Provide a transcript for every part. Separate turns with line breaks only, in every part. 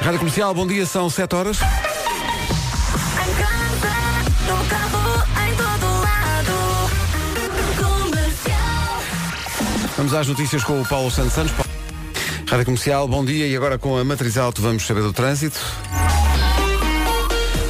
Rádio Comercial, bom dia, são 7 horas.
Em casa, no carro, em todo lado. Comercial.
Vamos às notícias com o Paulo Santos Santos. Pa- Rádio Comercial, bom dia. E agora com a Matriz Alto vamos saber do trânsito.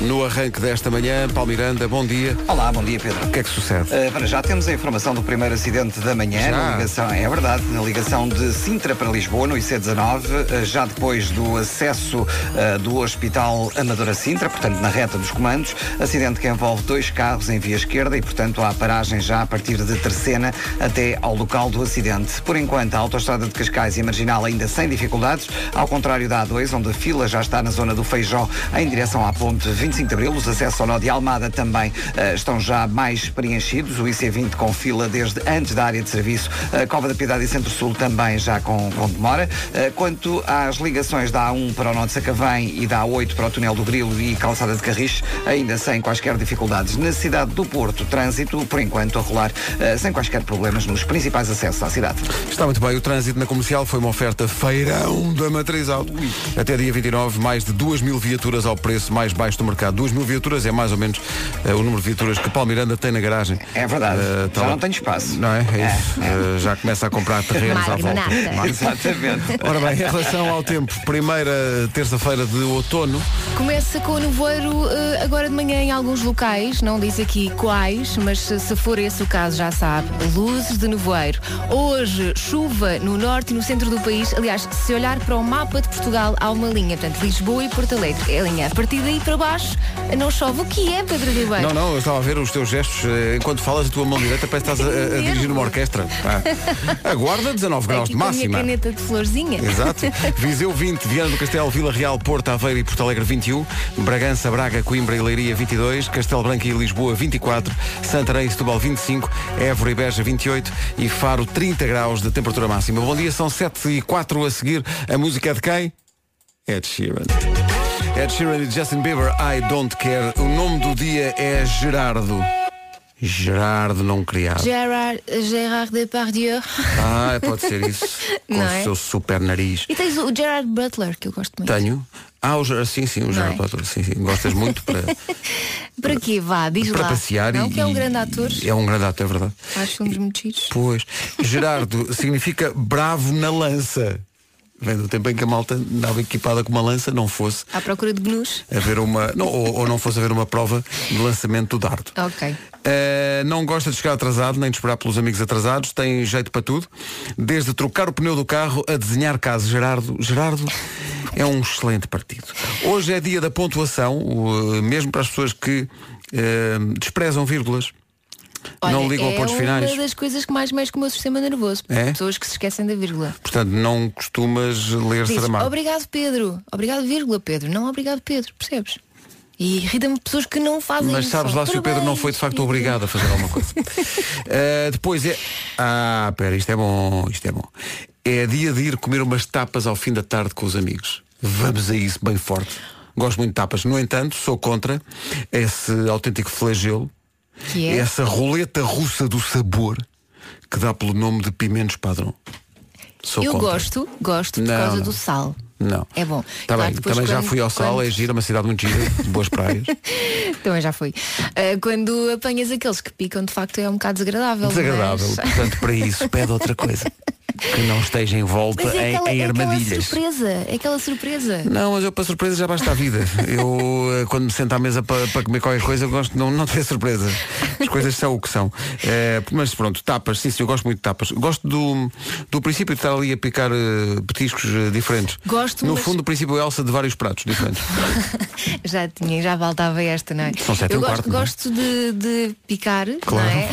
No arranque desta manhã, Paulo Miranda, bom dia.
Olá, bom dia Pedro.
O que é que sucede?
Uh, para já temos a informação do primeiro acidente da manhã,
Já?
na ligação, é verdade, na ligação de Sintra para Lisboa, no IC19, uh, já depois do acesso uh, do Hospital Amadora Sintra, portanto na reta dos comandos, acidente que envolve dois carros em via esquerda e, portanto, há paragem já a partir de Tercena até ao local do acidente. Por enquanto, a autoestrada de Cascais e a Marginal ainda sem dificuldades, ao contrário da A2, onde a fila já está na zona do Feijó em direção à ponte 25 de Abril, os acessos ao nó de Almada também eh, estão já mais preenchidos. O IC20 com fila desde antes da área de serviço. A Cova da Piedade e Centro-Sul também já com, com demora. Eh, Quanto às ligações da A1 para o Nó de Sacavém e da A8 para o Túnel do Grilo e Calçada de Carris, ainda sem quaisquer dificuldades. Na cidade do Porto, trânsito, por enquanto, a rolar eh, sem quaisquer problemas nos principais acessos à cidade.
Está muito bem, o trânsito na comercial foi uma oferta feirão da Matriz Alto. Até dia 29, mais de 2 mil viaturas ao preço mais baixo do mercado. 2 mil viaturas é mais ou menos eh, o número de viaturas que Paulo Miranda tem na garagem.
É verdade.
Eh, tá
Já
lá-
não tenho espaço.
Não é? É
É,
isso. Eh, já começa a comprar terrenos à volta.
Magnata.
Exatamente.
Ora bem, em relação ao tempo, primeira terça-feira de outono,
Começa com o nevoeiro eh, agora de manhã em alguns locais, não diz aqui quais, mas se, se for esse o caso já sabe, luzes de nevoeiro. Hoje, chuva no norte e no centro do país. Aliás, se olhar para o mapa de Portugal, há uma linha, portanto, Lisboa e Porto Alegre. É a linha. A partir daí para baixo, não chove. O que é, Pedro Ribeiro?
Não, não, eu estava a ver os teus gestos. eh, Enquanto falas, a tua mão direita parece que estás a, a- a dirigir uma orquestra. Ah. Aguarda 19 graus
aqui
de
com a minha
máxima.
caneta de florzinha.
Exato. Viseu 20, Viana do Castelo, Vila Real, Porto, Aveiro e Porto Alegre 21, Bragança, Braga, Coimbra e Leiria 22, Castelo Branco e Lisboa 24, Santarém e Setúbal 25, Évora e Beja 28 e Faro 30 graus de temperatura máxima. Bom dia, são 7 e 4 a seguir. A música é de quem? Ed Sheeran. Ed Sheeran e Justin Bieber, I Don't Care. O nome do dia é Gerardo. Gerardo não criado.
Gerard, Gerard Depardieu.
Ah, pode ser isso. Com
Não
o
é?
seu super nariz.
E tens o Gerard Butler, que eu gosto muito.
Tenho. Ah, o Gerardo, sim, sim, o Gerardo
é?
Butler, sim, sim. Gostas muito para,
Para quê? Vá, diz
para
lá.
passear
não,
e.
que é um
e-
grande ator.
É um grande ator, é verdade.
Acho filmes muito giros.
Pois. Gerardo significa bravo na lança. Vem do tempo em que a malta andava equipada com uma lança, não fosse
À procura de gnus.
haver uma. Não, ou, ou não fosse haver uma prova de lançamento do dardo.
Ok.
Uh, não gosta de chegar atrasado, nem de esperar pelos amigos atrasados, tem jeito para tudo. Desde trocar o pneu do carro a desenhar casa. Gerardo, Gerardo é um excelente partido. Hoje é dia da pontuação, o, uh, mesmo para as pessoas que uh, desprezam vírgulas.
Olha,
não ligam
é
a pontos finais.
É uma das coisas que mais mexe com o meu sistema nervoso.
É?
Pessoas que se esquecem da vírgula.
Portanto, não costumas ler
Dizes,
Saramago.
obrigado Pedro. Obrigado vírgula Pedro. Não obrigado Pedro. Percebes? E irrita-me pessoas que não fazem
Mas
isso.
sabes lá se o Pedro não foi de facto obrigado a fazer alguma coisa. Uh, depois é. Ah, pera, isto é bom, isto é bom. É dia de ir comer umas tapas ao fim da tarde com os amigos. Vamos a isso bem forte. Gosto muito de tapas. No entanto, sou contra esse autêntico flagelo,
Que é?
essa roleta russa do sabor que dá pelo nome de pimentos padrão. Sou
Eu
contra.
gosto, gosto por
Não,
causa
não.
do sal.
Não.
É bom.
Tá
Claro,
bem,
depois
também já
quando-
fui ao Sal,
quando-
é gira, uma cidade muito gira, de boas praias.
Também já fui. Ah, quando apanhas aqueles que picam, de facto é um bocado desagradável.
Desagradável.
mas-
Portanto, para isso, pede outra coisa. Que não esteja em volta
Mas é
em,
aquela,
em
é aquela
armadilhas.
surpresa, é aquela surpresa.
não, mas eu para surpresa já basta a vida. Eu eh, quando me sento à mesa para, para comer qualquer coisa, eu gosto de não, não ter surpresa. As coisas são o que são. Eh, mas pronto, tapas, sim, sim, eu gosto muito de tapas. Gosto do, do princípio de estar ali a picar eh, petiscos eh, diferentes.
Gosto,
No
mas-
fundo, o princípio é alça de vários pratos diferentes.
Já tinha, já faltava esta, não é?
São sete e
Eu
um
gosto,
quarto, não é?
gosto de, de picar,
Claro.
não é?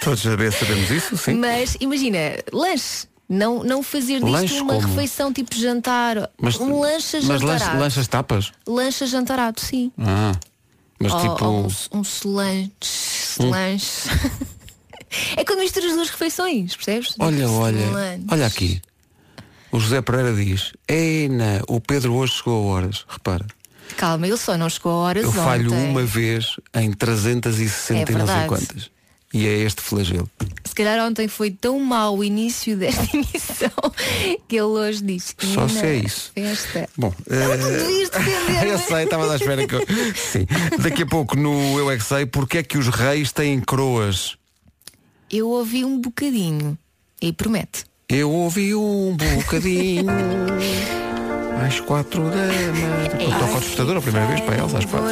Todos sabe- sabemos isso, sim.
Mas imagina, lanche. Não, não fazer disto
Lanche
uma
como?
refeição tipo jantar. um lanche
mas lanche-
jantarado. Lanche,
lanchas tapas?
a jantarado, sim.
Ah. Mas
Ou-
tipo. Um-
ou um, um slanche. Lanche. é quando misturas as duas refeições, percebes? Tipo
Olha, olha,
Lanche.
olha aqui. O José Pereira diz, Eina, o Pedro hoje chegou a horas. Repara,
Calma, ele só não chegou a horas
eu falho
ontem.
uma vez em 360
É
e não sei
verdade.
quantas. E é este flagelo.
se calhar ontem foi tão mau o início desta emissão que ele hoje diz.
Só se é
"Nina,
isso."
Festa.
Bom,
Ela
eh,
tu devias defender.
eu sei, estava à espera que eu... Sim. Daqui a pouco no Eu É Que Sei, porque é que os reis têm croas?
Eu ouvi um bocadinho e promete. É
Eu ouvi um bocadinho às quatro da
É
manhã.
assim
Toca o despertador a primeira vez para elas às quatro.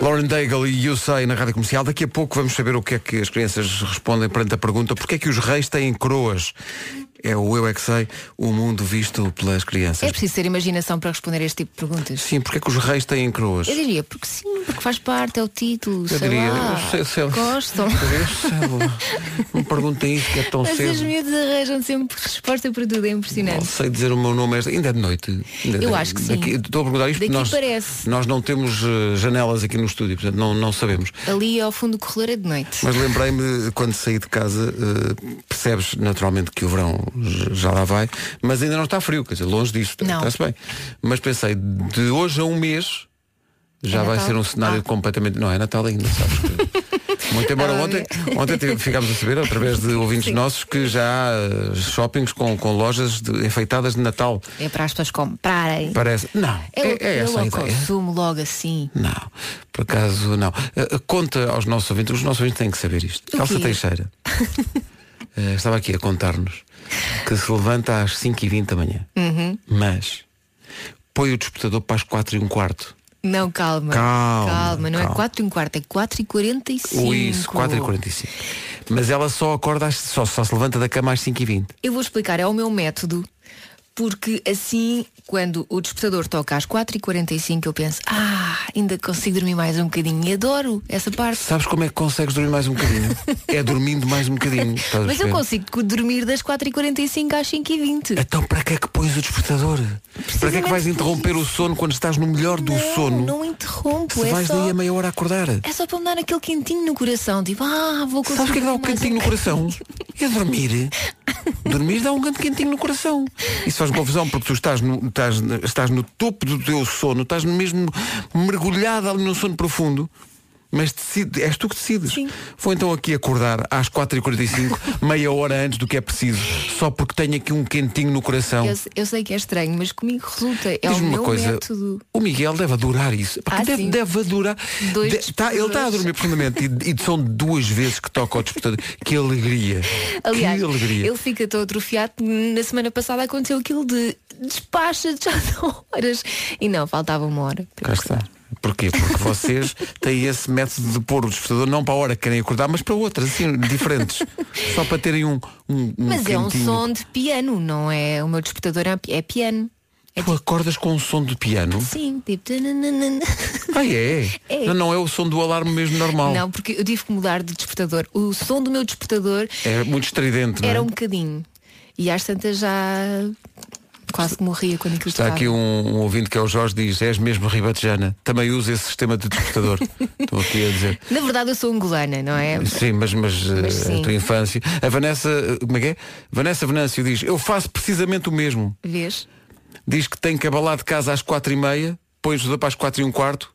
Lauren Daigle e You Say na Rádio Comercial. Daqui a pouco vamos saber o que é que as crianças respondem perante a pergunta porque é que os reis têm croas? É o Eu É Que Sei, o mundo visto pelas
É
crianças.
preciso ter imaginação para responder a este tipo de perguntas.
Sim, porque é que os reis têm croas?
Eu diria, porque sim, porque faz parte, é o título,
Eu
sei
diria,
lá,
eu sei- sei-
gostam.
Eu sei lá. Não perguntem isso que é tão
Mas os
cedo.
miúdos arranjam sempre resposta para tudo, é
Não
impressionante.
sei dizer o meu nome esta. Ainda é de noite. Ainda-
Eu acho que sim.
Daqui, estou a perguntar isto porque
Daqui
nós,
parece.
nós não temos eh, janelas aqui no estúdio, portanto não, não sabemos.
Ali ao fundo do corredor é de noite.
Mas lembrei-me quando saí de casa, eh, percebes naturalmente que o verão j- já lá vai, mas ainda não está frio, quer dizer, longe disso,
Não.
está-se bem. Mas pensei, de hoje a um mês já
É
vai
Natal?
ser um cenário
Ah.
completamente. Não, é Natal ainda, sabes? que- Muito embora
Ah,
ontem, ontem tive- ficámos a saber, através de ouvintes nossos, que já há eh, shoppings com, com lojas de- enfeitadas de Natal.
É para as pessoas comprarem.
Parece. Não,
É,
é,
o-
é
é
essa a
logo
ideia.
consumo, logo assim.
Não, por acaso não. Eh, eh, conta aos nossos ouvintes, os nossos ouvintes têm que saber isto.
O
Elsa
quê?
Teixeira eh, estava aqui a contar-nos que se levanta às 5h20 da manhã,
Uhum.
mas põe o despertador para as 4 e um quarto.
Não, calma.
Calma,
não
calma.
é 4 e um quarto, é 4 e 45.
Ou isso, 4 e 45 Mas ela só acorda, às, só, só se levanta da cama às 5h20.
Eu vou explicar, é o meu método, porque assim, quando o despertador toca às 4h45, eu penso, ah, ainda consigo dormir mais um bocadinho. E adoro essa parte.
Sabes como é que consegues dormir mais um bocadinho? é dormindo mais um bocadinho. estás a
Mas eu
perceber?
consigo co- dormir das 4h45 às 5h20.
Então para que é que pões o despertador? Para que é que vais
por
interromper o sono quando estás no melhor do
não,
sono?
Não interrompo,
Se
é
vais
só,
daí a meia hora a acordar.
é só para me dar aquele quentinho no coração. Tipo, ah, vou conseguir.
Sabes o que é que dá um
dormir mais
cantinho no coração? É dormir. Dormir dá um grande cantinho no coração. Isso faz confusão porque tu estás no, estás, estás no topo do teu sono, estás mesmo mergulhado ali no sono profundo. Mas decide, és tu que decides.
Sim.
Vou então aqui acordar às 4h45, meia hora antes do que é preciso, só porque tenho aqui um quentinho no coração.
Eu, eu sei que é estranho, mas comigo resulta. É o
Diz-me uma
meu
coisa,
método.
o Miguel deve adorar isso. Pá,
Ah,
deve,
sim.
deve adorar.
Dois
De- tá- ele está a
despertadores.
dormir profundamente e, e são duas vezes que toca o despertador. Que alegria.
Aliás,
que alegria.
ele fica todo atrofiado. Na semana passada aconteceu aquilo de despacha já são horas. E não, faltava uma hora. para
Cá está.
acordar.
Porquê? Porque vocês têm esse método de pôr o despertador não para a hora que querem acordar, mas para outras, assim, diferentes. Só para terem um. um, um
Mas é um
cantinho.
som de piano, não é? O meu despertador é- é piano. É
Tu acordas com um som de piano?
Sim, tipo. tananana.
Ah, é?
É.
Não, não é o som do alarme mesmo normal.
Não, porque eu tive que mudar de despertador. O som do meu despertador
É muito estridente. não é?
era um bocadinho. E às tantas já quase que morria quando aquilo
Está
tocava.
aqui um, um ouvinte que é o Jorge diz, és mesmo ribatejana, também usa esse sistema de despertador. Estou aqui a dizer.
Na verdade eu sou angolana, não é?
Sim, mas, mas, eh,
Mas sim.
a tua infância. A Vanessa, eh, como é que é? Vanessa Venâncio diz, eu faço precisamente o mesmo.
Vês?
Diz que tem que abalar de casa às quatro e meia, põe o despertador para as quatro e um quarto,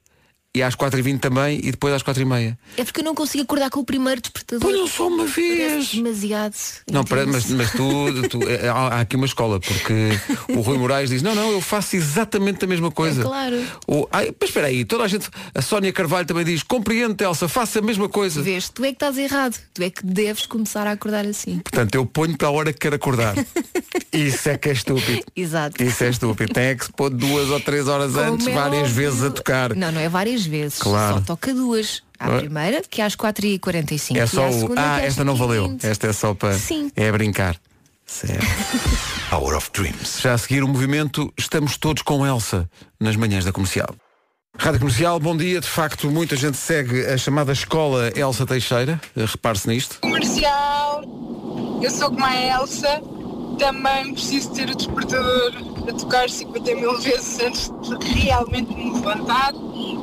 e às quatro e vinte também, e depois às quatro e meia.
É porque eu não consigo acordar com o primeiro despertador.
Ponham só uma
Parece
vez!
demasiado.
Não,
intenso.
para- mas, mas tu, tu- eh, há há aqui uma escola, porque o Rui Moraes diz, não, não, eu faço exatamente a mesma coisa.
É claro.
O, ai, mas espera aí, toda a gente, a Sónia Carvalho também diz, compreendo, Elsa, faça a mesma coisa.
Vês, tu é que estás errado. Tu é que deves começar a acordar assim.
Portanto, eu ponho para a hora que quero acordar. Isso é que é estúpido.
Exato.
Isso é estúpido. Tem é que se pôr duas ou três horas
Como
antes,
é
várias
óbvio-
vezes a tocar.
Não, não é várias vezes.
Claro.
Só toca duas. À
Ah.
primeira, que é às 4h45.
É
e
só
à
o.
segunda,
Ah,
que é às
esta não valeu.
5h20.
Esta é só para.
Sim.
É a brincar. Certo.
Hour of Dreams.
Já a seguir o movimento, estamos todos com Elsa nas manhãs da comercial. Rádio Comercial, bom dia. De facto, muita gente segue a chamada escola Elsa Teixeira. Eh, Repare-se nisto.
comercial. Eu sou como a Elsa. Também preciso ter o despertador a tocar 50 mil vezes antes de realmente me levantar.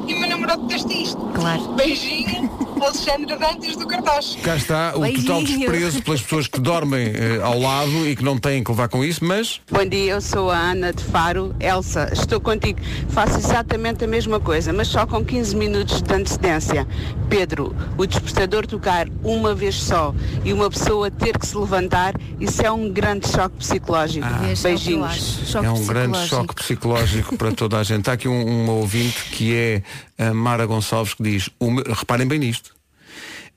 e o meu namorado testa isto.
Claro.
Beijinho, Alexandre Dantes do Cartaz.
Cá está o
Beijinho.
total desprezo pelas pessoas que dormem eh, ao lado e que não têm que levar com isso, mas
Bom dia, eu sou a Ana de Faro. Elsa, estou contigo. Faço exatamente a mesma coisa, mas só com 15 minutos de antecedência. Pedro, o despertador tocar uma vez só e uma pessoa ter que se levantar, isso é um grande choque psicológico.
Este é o que eu
Beijinhos.
acho. Choque
Ah. é um grande
psicológico.
choque psicológico para toda a gente. Há aqui um, uma ouvinte que é a Mara Gonçalves que diz, o meu- reparem bem nisto.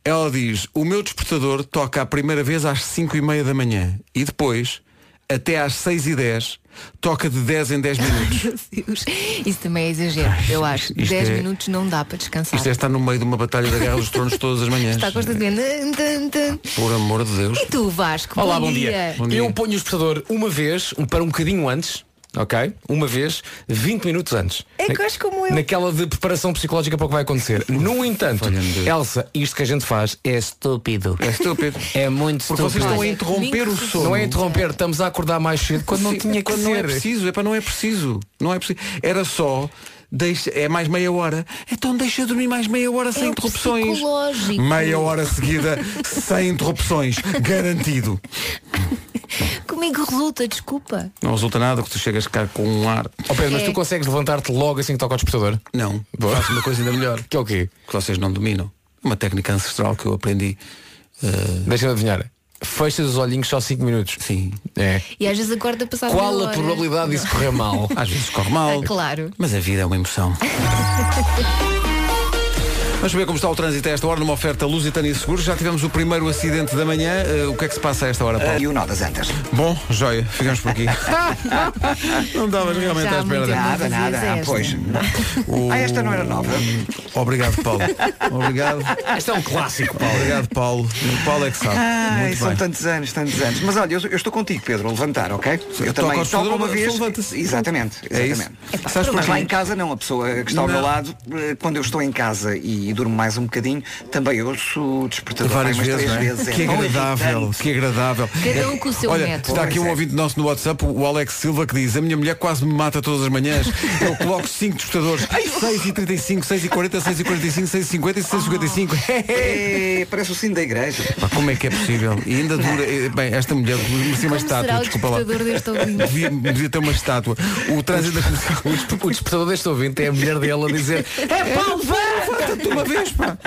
Ela diz, o meu despertador toca a primeira vez às 5 e meia da manhã e depois, até às 6 e 10, toca de 10 em 10 minutos.
Meu Deus. Isso também é exagero, eu acho.
isto
10
é-
minutos não dá para descansar.
Isto é estar no meio de uma batalha da Guerra dos Tronos todas as manhãs.
Está constantemente. Tan, tan, tan.
Por amor de Deus.
E tu, Vasco?
Olá, bom dia.
Bom dia.
Eu ponho o despertador uma vez, um, para um bocadinho antes, ok? Uma vez, 20 minutos antes.
É
Na-
quase como eu.
Naquela de preparação psicológica para o que vai acontecer. No entanto,
Falha-me Deus.
Elsa, isto que a gente faz é estúpido.
É estúpido.
É muito
Porque
estúpido.
vocês estão a
Olha,
interromper o
domingo-
sono.
Não é interromper, estamos a acordar mais cedo quando não
Sim,
tinha que
quando não é
ser.
preciso, é para não é preciso. Não é preciso. Era só deixa, é mais meia hora. Então deixa eu dormir mais meia hora
É
sem
o
interrupções.
psicológico.
Meia hora seguida sem interrupções, garantido.
Comigo resulta, desculpa.
Não resulta nada que tu chegas cá com um ar.
Oh, Pedro, mas
É.
tu consegues levantar-te logo assim que toca o despertador?
Não,
Boa.
faço uma coisa ainda melhor
Que é o quê?
que vocês não dominam. Uma técnica ancestral que eu aprendi. eh,
Deixa-me adivinhar. Fechas os olhinhos só 5 minutos.
Sim,
É.
E às vezes acorda passado
Qual
meia
a
hora.
probabilidade disso correr mal?
às vezes corre mal.
Ah, claro.
Mas a vida é uma emoção. Vamos ver como está o trânsito a esta hora numa oferta Lusitânia Seguros. Já tivemos o primeiro acidente da manhã. Eh, o que é que se passa a esta hora, Paulo?
E o nó das antas.
Eh, Bom, joia, ficamos por aqui. não davas realmente
Já
à
há
espera.
muito
não.
Nada,
tempo. fazias
nada. Ah,
esta.
pois.
O-
Ah, esta não era nova.
Obrigado, Paulo. Obrigado.
Isto é um clássico, Paulo.
Obrigado, Paulo. O Paulo é que sabe.
Ai,
muito
Ah, são
bem.
tantos anos, tantos anos. Mas olha, eu, eu estou contigo, Pedro, a levantar, ok? Eu
Toca
também
ao
toco
despertador,
uma
só
vez.
levanta-se.
Exatamente,
É isso.
exatamente.
Epá, Sabes
mas
porquê?
lá em casa não, a pessoa que está ao meu
Não.
lado, eh, quando eu estou em casa e durmo mais um bocadinho, também ouço o despertador
Várias
mais
vezes,
três
não é?
vezes. É
que
tão
agradável,
irritante.
que agradável.
Cada um com o seu
Olha,
método.
está aqui
Pois
um
é.
ouvinte nosso no WhatsApp, o Alex Silva, que diz, a minha mulher quase me mata todas as manhãs. Eu coloco 5 despertadores, 6h35, 6h40, 6h45, 6h50 e
Ah.
6h55.
É, parece o sino da igreja.
Pá, como é que é possível? E ainda dura. eh, Bem, esta mulher merecia uma
Como será
estátua,
o
tá, desculpa lá.
despertador deste ouvinte?
Devia, devia ter uma estátua. O trânsito da comercial.
O despe- O despertador deste ouvinte é a mulher dele a dizer É Paulo
Levanta-te uma vez, pá.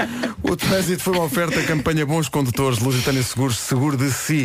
O trânsito foi uma oferta, campanha Bons Condutores, Lusitânia Seguros, seguro de si.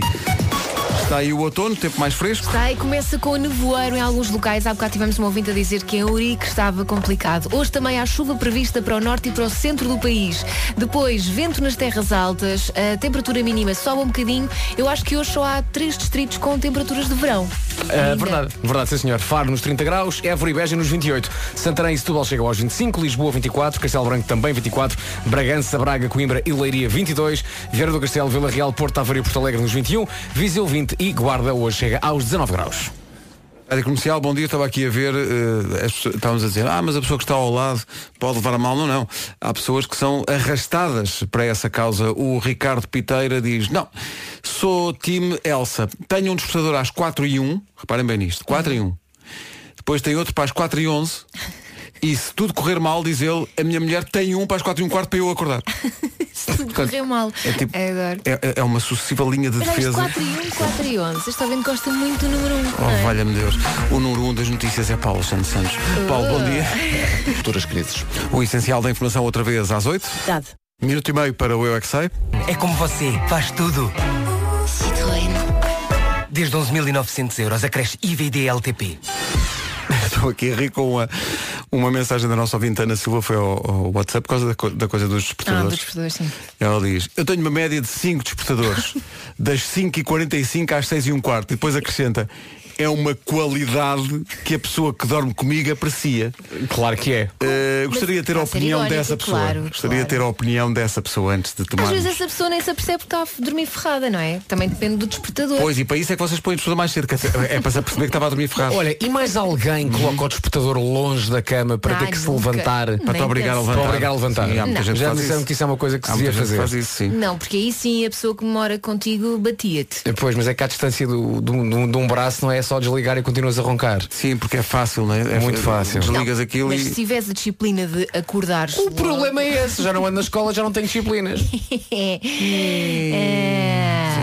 Está aí o outono, tempo mais fresco.
Está Tá, e começa com o nevoeiro em alguns locais. Há bocado tivemos uma ouvinte a dizer que em Ourique estava complicado. Hoje também há chuva prevista para o norte e para o centro do país. Depois, vento nas terras altas, a temperatura mínima sobe um bocadinho. Eu acho que hoje só há três distritos com temperaturas de verão.
É
Ainda.
Ah, verdade, verdade, sim senhor. Faro nos 30 graus, Évora e Beja nos 28. Santarém e Setúbal chegam aos 25, Lisboa 24, Castelo Branco também 24, Bragança, Braga, Coimbra e Leiria 22, Vieira do Castelo, Vila Real, Porto Aveiro e Porto Alegre nos 21, Viseu 20 e Guarda hoje chega aos 19 graus.
Rádio Comercial, bom dia, estava aqui a ver, eh, as pessoas- estávamos a dizer, ah, mas a pessoa que está ao lado pode levar a mal, não, não. Há pessoas que são arrastadas para essa causa. O Ricardo Piteira diz, não, sou time Elsa, tenho um despertador às 4 e 1, reparem bem nisto, 4 e 1. Depois tem outro para as 4 e 11. E se tudo correr mal, diz ele, a minha mulher tem um para as 4 e um quarto para eu acordar.
Se tudo correu mal.
É tipo,
Agora.
é, é- é uma sucessiva linha de
Olha, isto
defesa.
4 e 1, 4 e 11. Este ouvinte gosta muito do número é? 1.
Oh, valha-me Deus. O número 1 um das notícias é Paulo Santos Santos. Paulo, bom dia.
Futuras crises.
O essencial da informação outra vez às 8. Minuto e meio para o Eu é Que Sei.
É como você, faz tudo.
Citroën.
Desde 11.900 euros, a creche IVD LTP.
Estou aqui a rir com uma, uma mensagem da nossa ouvinte Ana Silva, foi ao, ao WhatsApp por causa da, co- da coisa dos
Ah,
despertadores.
dos despertadores, sim.
Ela diz, eu tenho uma média de 5 despertadores, das 5h45 às 6 e um quarto. E depois acrescenta, é uma qualidade que a pessoa que dorme comigo aprecia.
Claro que é.
Eh, gostaria de ter a
pode ser
opinião
irónico,
dessa pessoa.
claro,
gostaria de ter
claro.
a opinião dessa pessoa antes de
Às
tomar.
vezes essa pessoa nem se apercebe que está a dormir ferrada, não é? Também depende do despertador.
Pois, e para isso é que vocês põem a pessoa mais cerca. É para se perceber que estava a dormir ferrado.
Olha, e mais alguém coloca o despertador longe da cama para
Ah,
ter que se
nunca.
levantar?
Para
te obrigar a
penso.
levantar.
Para obrigar a levantar.
Sim, há muita
Não.
gente que
Já
faz
disseram
isso.
que isso é uma coisa que
Há
se
muita
devia
gente que
fazer.
faz isso, sim.
Não, porque aí sim a pessoa que mora contigo batia-te.
Pois, mas é que a distância do- do- do- de um braço não é
só desligar e continuas a roncar.
Sim, porque é fácil, não é? É
Muito fácil.
Desligas
Não,
aquilo
Mas
e.
se tivesse a disciplina de acordares.
O problema é esse, já não ando na escola, já não tenho disciplinas.
é.
Hum.
é...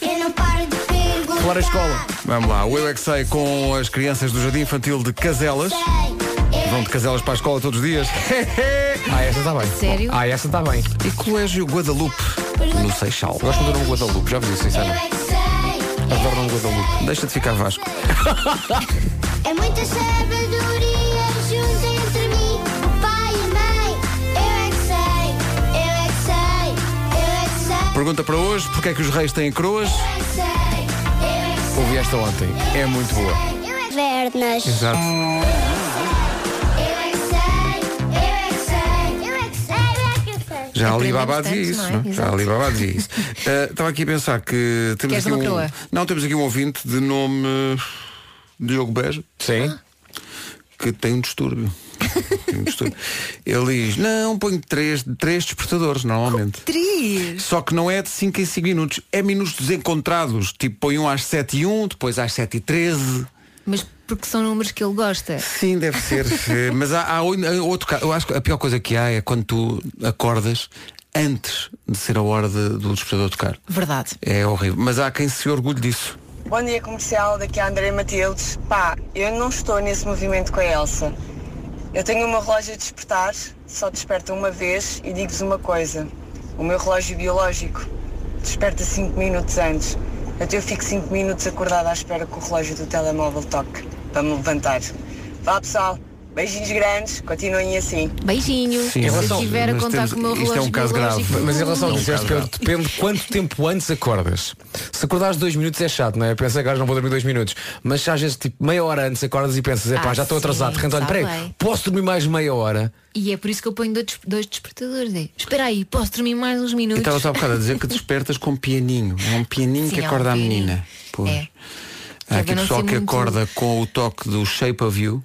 Eu não paro de perguntar.
Falar a escola.
Vamos lá, o Eu é que sei com as crianças do Jardim Infantil de Caselas. Vão de Caselas para a escola todos os dias.
Ah, essa está bem.
Sério?
Ah, essa está bem.
E Colégio Guadalupe, no Seixal.
Gosto muito do nome Guadalupe, já vos disse isso. Ana. Adoro o nome Guadalupe.
um Deixa de ficar Vasco.
É muita sabedoria junto entre mim, o pai e a mãe. Eu é que sei, eu é que sei, eu é que sei.
Pergunta para hoje, porque é que os reis têm croas?
Eu é que sei, eu é que sei.
Ouvi esta ontem. É muito boa.
Vernas.
Exato.
Eu é que sei, eu é que sei, eu é que sei, eu é que sei.
Já a
É
Alibaba
para
dizia
instantes,
isso,
não é?
não é? Já a
Exato.
Alibaba dizia isso. Ah, Estava aqui a pensar que temos
Queres
aqui
uma
um.
croa?
Não, temos aqui um ouvinte de nome eh, Diogo Beja,
Ah.
Sim.
que tem um distúrbio. Tem um distúrbio. Ele diz, não, ponho três, três despertadores normalmente.
Três.
Só que não é de 5 em 5 minutos, é minutos encontrados. Tipo, põe um às 7 e 1, depois às 7 e 13.
Mas porque são números que ele gosta.
Sim, deve ser. Eh, Mas há, há oi- há outro caso. Eu acho que a pior coisa que há é quando tu acordas antes de ser a hora de- do despertador tocar.
Verdade.
É horrível. Mas há quem se orgulhe disso.
Bom dia comercial, daqui é a André Matildes. Pá, eu não estou nesse movimento com a Elsa. Eu tenho uma relógio a despertar, só desperta uma vez e digo-vos uma coisa. O meu relógio biológico desperta 5 minutos antes. Até eu fico 5 minutos acordada à espera que o relógio do telemóvel toque para me levantar. Vá pessoal, beijinhos grandes, continuem assim.
Beijinho.
Sim,
se
mas-
eu tiver a
mas
contar
temos-
com o meu
isto é um
relógio
caso
biológico-
grave.
Mas em relação ao
Não,
que disseste,
cara,
Pedro, depende quanto tempo antes acordas. Se acordares dois minutos é chato, não é? Pensa, agora não vou dormir dois minutos. Mas se às vezes, tipo, meia hora antes acordas e pensas, é pá,
Ah,
já estou
sim,
atrasado. Renta, olha,
está
peraí,
bem.
posso dormir mais meia hora?
E é por isso que eu ponho dois, dois despertadores. é, Espera aí, posso dormir mais uns
E
minutos? Ah,
estava só um bocado a dizer que despertas com pianinho. É um pianinho
Sim,
que
há um
acorda a
pianinho.
menina. Pois.
É.
Há
Deve
aqui
não
pessoal
ser
que
muito-
acorda com o toque do Shape of You.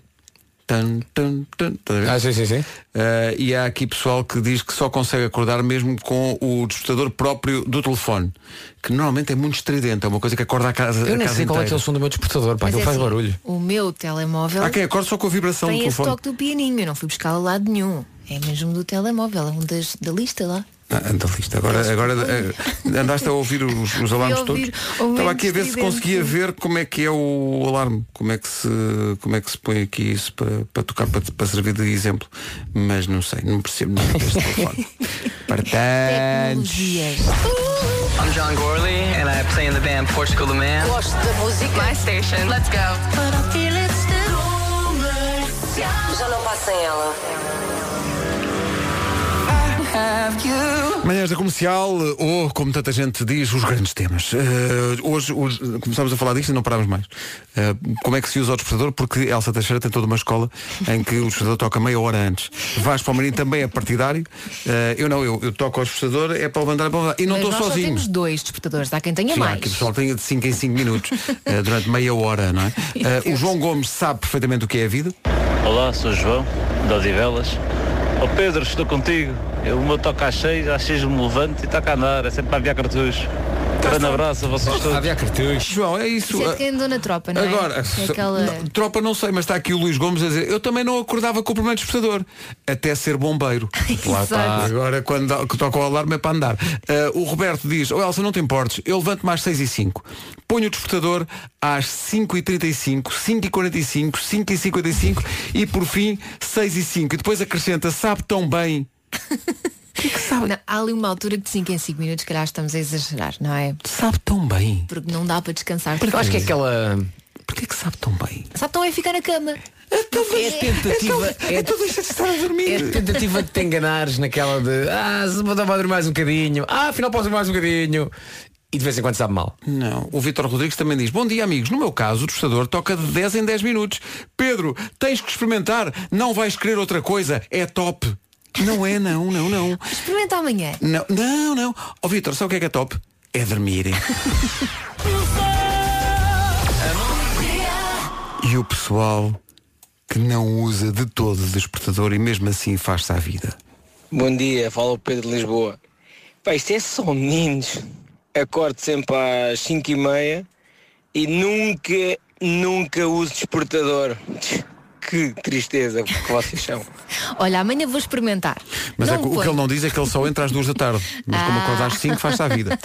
Tan, tan, tan, Estás a ver?
Ah, sim, sim, sim.
Uh, e há aqui pessoal que diz que só consegue acordar mesmo com o despertador próprio do telefone, que normalmente é muito estridente, é uma coisa que acorda a casa,
Eu
a
nem
casa
sei qual é que é
inteira.
o som do meu despertador, pá,
Mas
aquilo
é
faz
assim,
barulho.
O meu telemóvel
Há quem acorda só com a vibração do
tem esse
telefone.
toque do pianinho. Eu não fui buscar a lado nenhum. É mesmo do telemóvel, é um das, da lista lá.
Ah, anda lista. Agora, agora eh, andaste a ouvir os, os alarmes
Fui
todos.
ouvir o momento
Estava aqui a ver se
estridente.
conseguia ver como é que é o alarme, como é que se, como é que se põe aqui isso para, para tocar, para, para servir de exemplo. Mas não sei, não percebo nada deste telefone. Portanto,
Tecnologias.
I'm John Gorley and I play in the band Portugal the Man.
My station, let's go. Já não passa ela.
Manhãs da Comercial, ou como tanta gente diz, os grandes temas. Eh, hoje, hoje, eh, começámos a falar disto e não parámos mais. Eh, como é que se usa o despertador? Porque Elsa Teixeira tem toda uma escola em que o despertador toca meia hora antes. Vasco Palmeirinho também é partidário. Eh, eu não, eu, eu toco ao despertador, é para levantar, é para levantar. E não
Mas
estou
nós só
sozinho.
temos dois despertadores, há quem tenha
Sim, há
mais.
aqui pessoal tem de 5 em 5 minutos, eh, durante meia hora, não é? Eh, o João Gomes sabe perfeitamente o que é a vida.
Olá, sou o João, da Odivelas. Ó Pedro, estou contigo. Eu, o meu toca às seis, às seis me levanto e toca a andar. É sempre para aviar cartucho. Grande abraço a vocês todos.
Havia cartuchos.
João, é isso.
Isso é
eh,
de quem andou na tropa, não é?
Agora,
é
se-
aquela...
não, tropa não sei, mas está aqui o Luís Gomes a dizer, eu também não acordava com o primeiro despertador, até ser bombeiro.
Lá está. Exato.
Agora, quando dá- que toca o alarme é para andar. Ah, o Roberto diz, oh Elsa, não te importes, eu levanto mais 6 e 5. Ponho o despertador às 5h35, 5h45, 5h55 e por fim 6 e 5 E depois acrescenta, sabe tão bem. tá
Não, há ali uma altura que de 5 em 5 minutos, se calhar estamos a exagerar, não é?
Sabe tão bem.
Porque não dá para descansar.
Eu acho que é aquela.
Porquê que sabe tão bem?
Sabe tão é ficar na cama.
É tentativa. É
Tu Então, deixa de estar a
É
dormir.
a tentativa de te enganares naquela de Ah, se vou dar para dormir mais um bocadinho Ah, afinal posso dormir mais um bocadinho E de vez em quando sabe mal
Não, o Vitor Rodrigues também diz Bom dia amigos, no meu caso o tostador toca de 10 em 10 minutos Pedro, tens que experimentar Não vais querer outra coisa, é top Não é, não, não, não
Experimenta amanhã.
Não, não, não Ó Vitor, sabe o que é que é top? É dormir E o pessoal que não usa de todo o despertador E mesmo assim faz-se à vida
Bom dia, fala o Pedro de Lisboa. Pá, isto é só meninos. Acordo sempre às 5 e meia
E nunca, nunca uso despertador. Que tristeza que vocês são.
Olha, amanhã vou experimentar.
Mas
não
é que o
põe.
que ele não diz é que ele só entra às duas da tarde. Mas como
Ah.
acorda às cinco, faz-se à vida.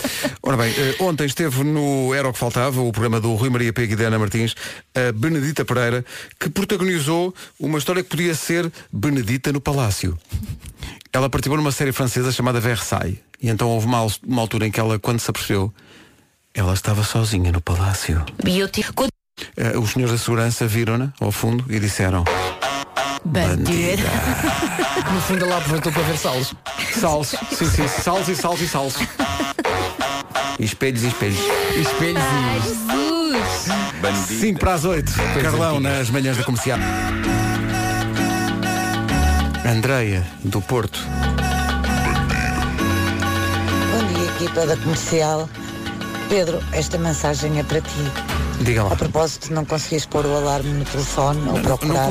Ora bem, eh, ontem esteve no Era o que Faltava, o programa do Rui Maria Pego e da Ana Martins, a Benedita Pereira, que protagonizou uma história que podia ser Benedita no Palácio. Ela participou numa série francesa chamada Versailles. E então houve uma, al- uma altura em que ela, quando se apercebeu, ela estava sozinha no palácio.
Beauty.
Eh, os senhores da segurança viram-na ao fundo e disseram.
Bandida.
No fundo ela aproveitou para ver salos.
Salos, sim, sim, salos e salos e salos. E espelhos e espelhos. E espelhos
Ai, Jesus!
5 para as 8. Carlão nas manhãs da comercial. Andreia, do Porto.
Bom dia, equipa da comercial. Pedro, esta mensagem é para ti.
Diga lá.
A propósito, não conseguias pôr o alarme no telefone ou procurar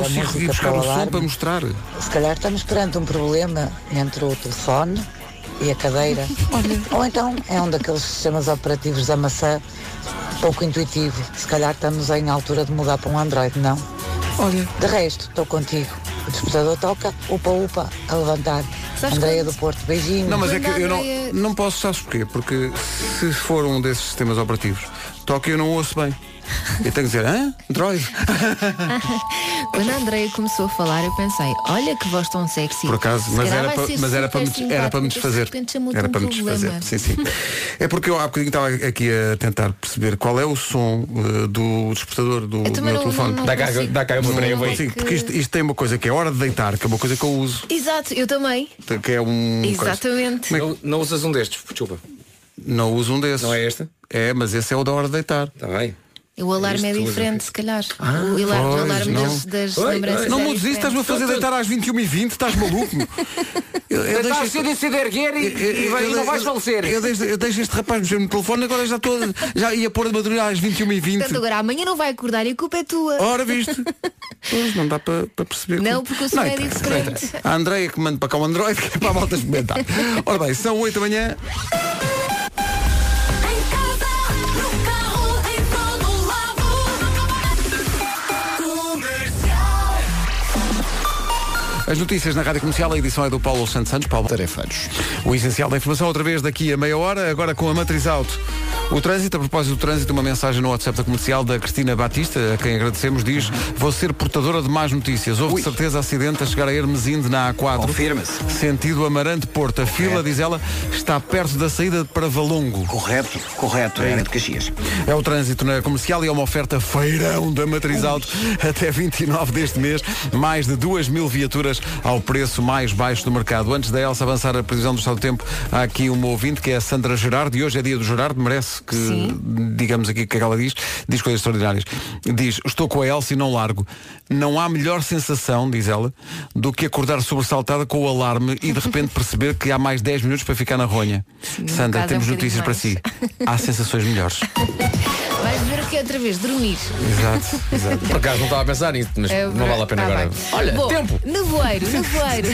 não
a
consigo ir
música
buscar
para o
o som
alarme.
para mostrar.
Se calhar estamos perante um problema entre o telefone e a cadeira. Ou então é um daqueles sistemas operativos da maçã pouco intuitivo. Se calhar estamos em altura de mudar para um Android, não?
Olha.
De resto, estou contigo. O despertador toca, upa-upa, a levantar. Andreia do Porto, beijinho.
Não, mas é que eu não, não posso, sabes porquê? Porque se for um desses sistemas operativos, toca e eu não ouço bem. Eu tenho que dizer, hã? Android.
Quando a Andreia começou a falar, eu pensei, olha que voz tão sexy.
Por acaso,
Se
mas
calhar
era,
vai
para,
ser
mas era,
super
para, me, era para me
simpática,
desfazer.
De repente chamou-te
Era
um
para me
problema.
desfazer. Sim, sim. É porque eu há bocadinho estava aqui a tentar perceber qual é o som eh, do despertador do
também
meu
não-
telefone.
não- não Dá cá- consigo. dá cá, eu vou
Não
ver, eu vou aí.
consigo, porque isto, isto tem uma coisa que é a hora de deitar, que é uma coisa que eu uso,
Exato, eu também.
que é um.
Exatamente.
Não, usas um destes, desculpa. Não uso um desses. Não é este? É, mas esse é o da hora de deitar. Está bem.
O alarme é
Isto usa.
diferente, se calhar.
Ah,
o alarme, o
pois,
alarme
não.
das, das
Oi,
lembranças.
oi. Não
é
mudes isto,
diferente.
estás-me a fazer deitar às 21h20, estás maluco? meu? Eu,
Deitar cedo e cedo erguer e- e vai- e não vais falecer.
Eu, deixo, eu deixo este rapaz mexer no telefone, agora já estou. Já ia pôr de madrugada às 21h20.
Portanto, agora amanhã não vai acordar e a culpa é tua.
Ora, viste? Pois, não dá para para perceber.
Não,
como-
porque o som é
interessa,
diferente.
não interessa. A Andreia que manda para cá o Android, que é para a malta experimentar. Ora bem, são 8 da manhã. As notícias na Rádio Comercial, a edição é do Paulo Santos Santos. Paulo Tarefeiros. O essencial da informação, outra vez daqui a meia hora, agora com a Matriz Auto. O trânsito, a propósito do trânsito, uma mensagem no WhatsApp da comercial da Cristina Batista, a quem agradecemos, diz: Vou ser portadora de más notícias. Houve de certeza acidente a chegar a Hermesinde na A4. Confirma-se. Sentido Amarante Porto. A fila, diz ela, está perto da saída para Valongo. Correto, correto, é de Caxias. É o trânsito na comercial e é uma oferta feirão da Matriz Auto até 29 deste mês. Mais de 2 mil viaturas ao preço mais baixo do mercado. Antes da Elsa avançar a previsão do estado do tempo, há aqui uma ouvinte que é a Sandra Gerardo e hoje é dia do Gerardo, merece que digamos aqui o que é que ela diz. Diz coisas extraordinárias. Diz, estou com a Elsa e não largo. Não há melhor sensação, diz ela, do que acordar sobressaltada com o alarme e de repente perceber que há mais 10 minutos para ficar na ronha.
no
Sandra,
caso é um
temos notícias
bocadinho
para
mais.
si. Há sensações melhores.
Vais ver o que é outra vez, dormir.
Exato, exato.
Por acaso não estava a pensar nisso, mas
É
não vale a pena
Tá
agora.
bem.
Olha,
Bom,
tempo!
Nevoeiro, nevoeiro.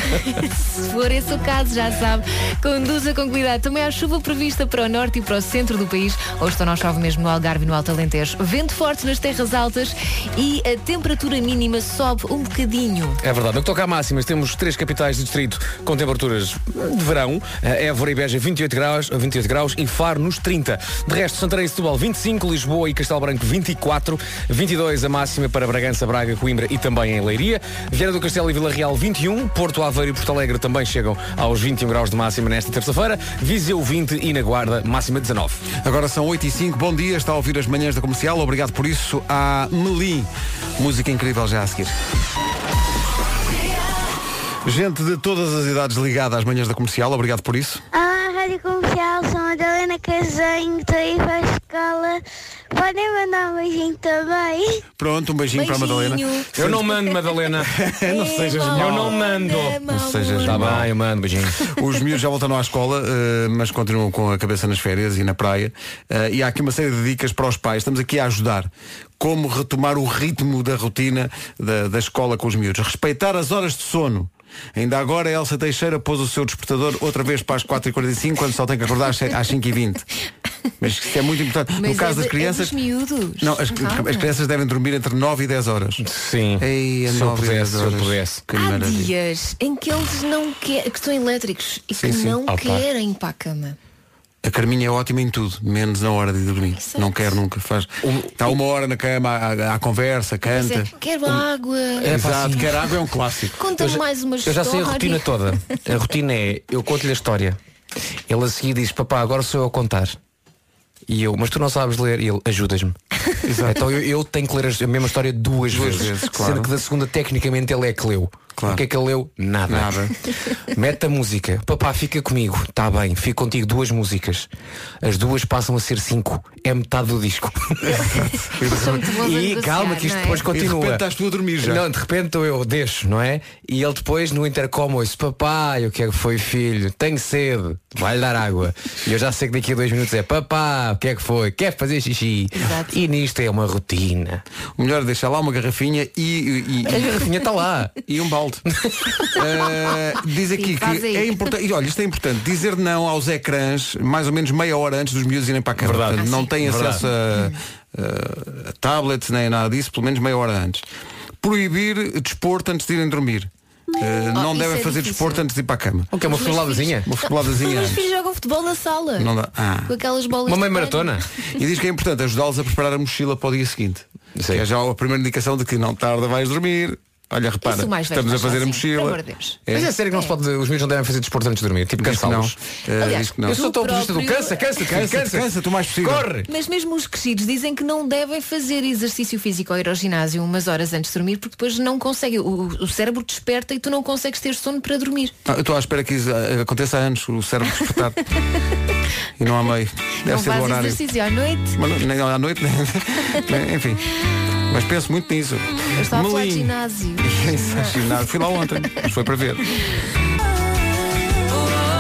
Se for esse o caso, já sabe, conduza com cuidado. Também há chuva prevista para o norte e para o centro do país. Hoje só não chove mesmo no Algarve e no Alto Alentejo. Vento forte nas terras altas e a temperatura mínima sobe um bocadinho.
É verdade. No que toca a máximas, temos três capitais de distrito com temperaturas de verão. Eh, Évora e Beja 28 graus, 28 graus e Faro nos 30. De resto, Santarém e Setúbal 25, Lisboa e Castelo Branco 24, 22 a máxima para Bragança, Braga, Coimbra e também em Leiria. Vieira do Castelo e Vila Real 21, Porto Aveiro e Porto Alegre também chegam aos 21 graus de máxima nesta terça-feira. Viseu 20 e na Guarda máxima 19.
Agora são 8 e 5 bom dia, está a ouvir as manhãs da comercial, obrigado por isso à Melim. Música incrível já a seguir. Gente de todas as idades ligada às manhãs da comercial, obrigado por isso.
Olá, Rádio Comercial, sou a Madalena Casanho, estou aí para a escola. Podem mandar um beijinho também?
Pronto, um beijinho, para a
Beijinho.
Madalena.
Eu não mando, Madalena.
não sejas mau.
Eu não mando.
Não sejas
Tá
mau.
bem, eu mando, beijinho.
Os miúdos já voltaram à escola, eh, mas continuam com a cabeça nas férias e na praia. Eh, e há aqui uma série de dicas para os pais. Estamos aqui a ajudar. Como retomar o ritmo da rotina da, da escola com os miúdos. Respeitar as horas de sono. Ainda agora a Elsa Teixeira pôs o seu despertador outra vez para as 4h45, quando só tem que acordar às 5h20. Mas isso é muito importante.
Mas
no caso
é
das
de- É
crianças.
dos miúdos.
não, as,
Calma.
as crianças devem dormir entre 9 e 10 horas.
Sim.
Ei, a
Se eu
9 e 10
pudesse, se eu
horas.
pudesse.
é
Que
Há
maravilha.
dias em que eles não querem, que estão elétricos e
Sim,
que
sim.
não
Ah, pá.
querem ir para a cama.
A Carminha é ótima em tudo, menos na hora de dormir. Não quer nunca. Faz. Está uma hora na cama, à, à- à conversa,
é.
canta.
Quer Quero água.
Exato,
sim.
quer água é um clássico.
Conta-me mais uma
Um, Eu já sei a
história.
rotina toda. A rotina é, eu conto-lhe a história. Ele a seguir diz, papá, agora sou eu a contar. E eu, mas tu não sabes ler, e ele, ajudas-me. Então eu, eu tenho que ler as- a mesma história duas,
Duas
vezes.
vezes, claro.
Sendo que da segunda, tecnicamente, ele é que leu. O que é que ele leu? Nada.
Nada.
Mete a música. Papá, fica comigo. Está bem, fico contigo duas músicas. As duas passam a ser cinco. É metade do disco. e calma que isto
é?
depois continua.
E de repente estás tu a dormir já.
Não, de repente eu deixo, não é? E ele depois no intercom ouço, papai, o que é que foi filho? Tenho sede, vai-lhe dar água. E eu já sei que daqui a dois minutos é papá, o que é que foi? Quer fazer xixi? E nisto é uma rotina.
O melhor é deixar lá uma garrafinha e. e,
A garrafinha está lá.
E um balde. Eh, diz aqui
Sim, faz
que
aí.
é importante. E olha, isto é importante. Dizer não aos ecrãs mais ou menos meia hora antes dos miúdos irem para a cama.
Verdade.
Portanto,
Ah,
não
sim.
têm acesso a, a tablets nem nada disso, pelo menos meia hora antes. Proibir desporto antes de irem dormir. Eh, não
isso
devem
é
fazer
difícil.
desporto antes de ir para a cama.
O que é uma
Os meus
futboladazinha?
filhos-
Uma
Os
futboladazinha
meus
antes.
filhos jogam futebol na sala.
Não dá. Ah.
Com aquelas bolas. de pano.
E diz que é importante ajudá-los a preparar a mochila para o dia seguinte. Que é já a primeira indicação de que não tarda vais dormir. Olha, repara,
Isso o mais velho
estamos a
faz
fazer a
sozinho,
mochila.
pelo amor de Deus.
Mas é sério que não se pode, os miúdos não devem fazer desporto antes de dormir, tipo
Diz que não.
cansá-los.
Eh,
Aliás,
diz que não.
Eu sou tão
tu
apologista do
próprio-
cansa, cansa, cansa,
Cansa-te,
cansa,
cansa-te o mais possível.
Corre!
Mas mesmo os crescidos dizem que não devem fazer exercício físico ou ir ao ginásio umas horas antes de dormir porque depois não conseguem. O, o cérebro desperta e tu não consegues ter sono para dormir.
Ah, Eu estou à espera que isso ah, aconteça há anos, o cérebro despertar. e não há meio. Deve
não
ser do
fazes
horário.
exercício à noite.
Mas não- nem à noite, nem- nem- enfim. Mas penso muito nisso.
Eu estava a falar de
Melim.
ginásio.
Isso, ginásio. Fui lá ontem, mas foi para ver.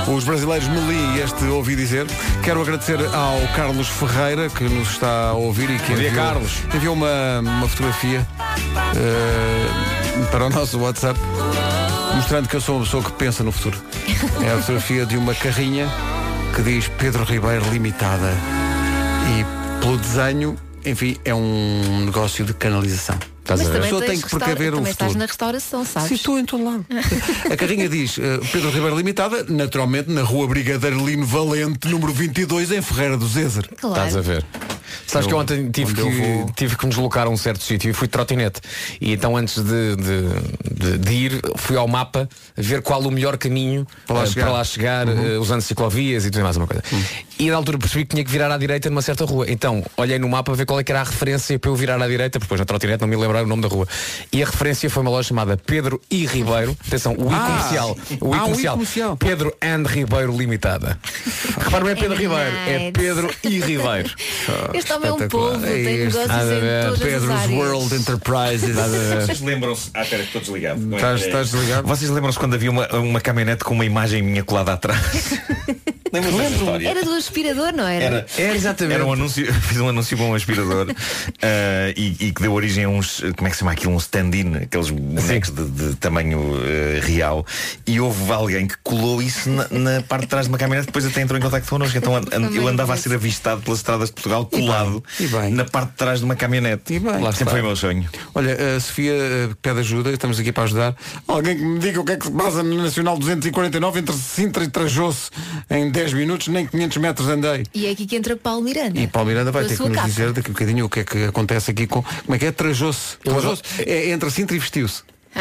Os brasileiros Melim, este ouvi dizer. Quero agradecer ao Carlos Ferreira, que nos está a ouvir e que
Bom dia,
enviou,
Carlos.
enviou uma, uma fotografia eh, para o nosso WhatsApp, mostrando que eu sou uma pessoa que pensa no futuro. É a fotografia de uma carrinha que diz Pedro Ribeiro Limitada. E pelo desenho, enfim, é um negócio de canalização.
Mas
a
também
pessoa tem
tens
que
restaura-
precaver o
também estás
futuro.
na restauração, sabes?
Sim, estou em todo lado. A carrinha diz eh, Pedro Ribeiro Limitada, naturalmente na rua Brigadeiro Lino Valente, número 22, em Ferreira do Zézer.
Claro.
Estás a ver. Sabes que
Eu-
ontem tive
onde eu
que,
vou-
tive que me deslocar a um certo sítio e fui de trotinete. E então antes de, de- de- de ir, fui ao mapa ver qual o melhor caminho eh, para
lá
lá
chegar.
chegar, eh, usando ciclovias e tudo mais uma coisa. E na altura percebi que tinha que virar à direita numa certa rua. Então olhei no mapa a ver qual é que era a referência para eu virar à direita, porque depois na trotinete não me lembrar o nome da rua. E a referência foi uma loja chamada Pedro e Ribeiro. Atenção, o I
Ah,
comercial. O I
ah, o I
comercial.
comercial.
Pedro and Ribeiro Limitada. Repara, não é Pedro
É
Ribeiro, é
nice.
Pedro e Ribeiro.
Este homem é um
Espetacular.
povo,
É
tem
este.
negócios
Nada a
em
ver.
todas as
Pedro's
áreas.
World Enterprises.
Vocês lembram-se. Ah, espera, que estou desligado. Não é?
Estás- estás desligado?
Vocês lembram-se quando havia uma, uma caminhonete com uma imagem minha colada atrás? Lembram-se dessa história?
Era do aspirador, não era?
Era,
É,
exatamente. Era um anúncio, fiz um anúncio para um aspirador eh, e, e que deu origem a uns, eh, como é que se chama aquilo, um stand-in, aqueles bonecos de, de tamanho eh, real. E houve alguém que colou isso na, na parte de trás de uma caminhonete, depois até entrou em contacto connosco. Então an- an- eu andava a ser avistado pelas estradas de Portugal colado na parte de trás de uma caminhonete.
bem. Lá está.
Sempre foi o meu sonho.
Olha, a Sofia eh, pede ajuda, estamos aqui para ajudar. Alguém que me diga o que é que se passa na Nacional 249 entre Sintra e Trajoso em 10 minutos, nem 500 metros andei.
E é aqui que entra Paulo Miranda.
E Paulo Miranda vai
Com a
ter que
sua
nos
capa.
dizer daqui a bocadinho o que é que acontece aqui com. Como é que é? Trajou-se. Trajou-se. É entre Sintra e vestiu-se.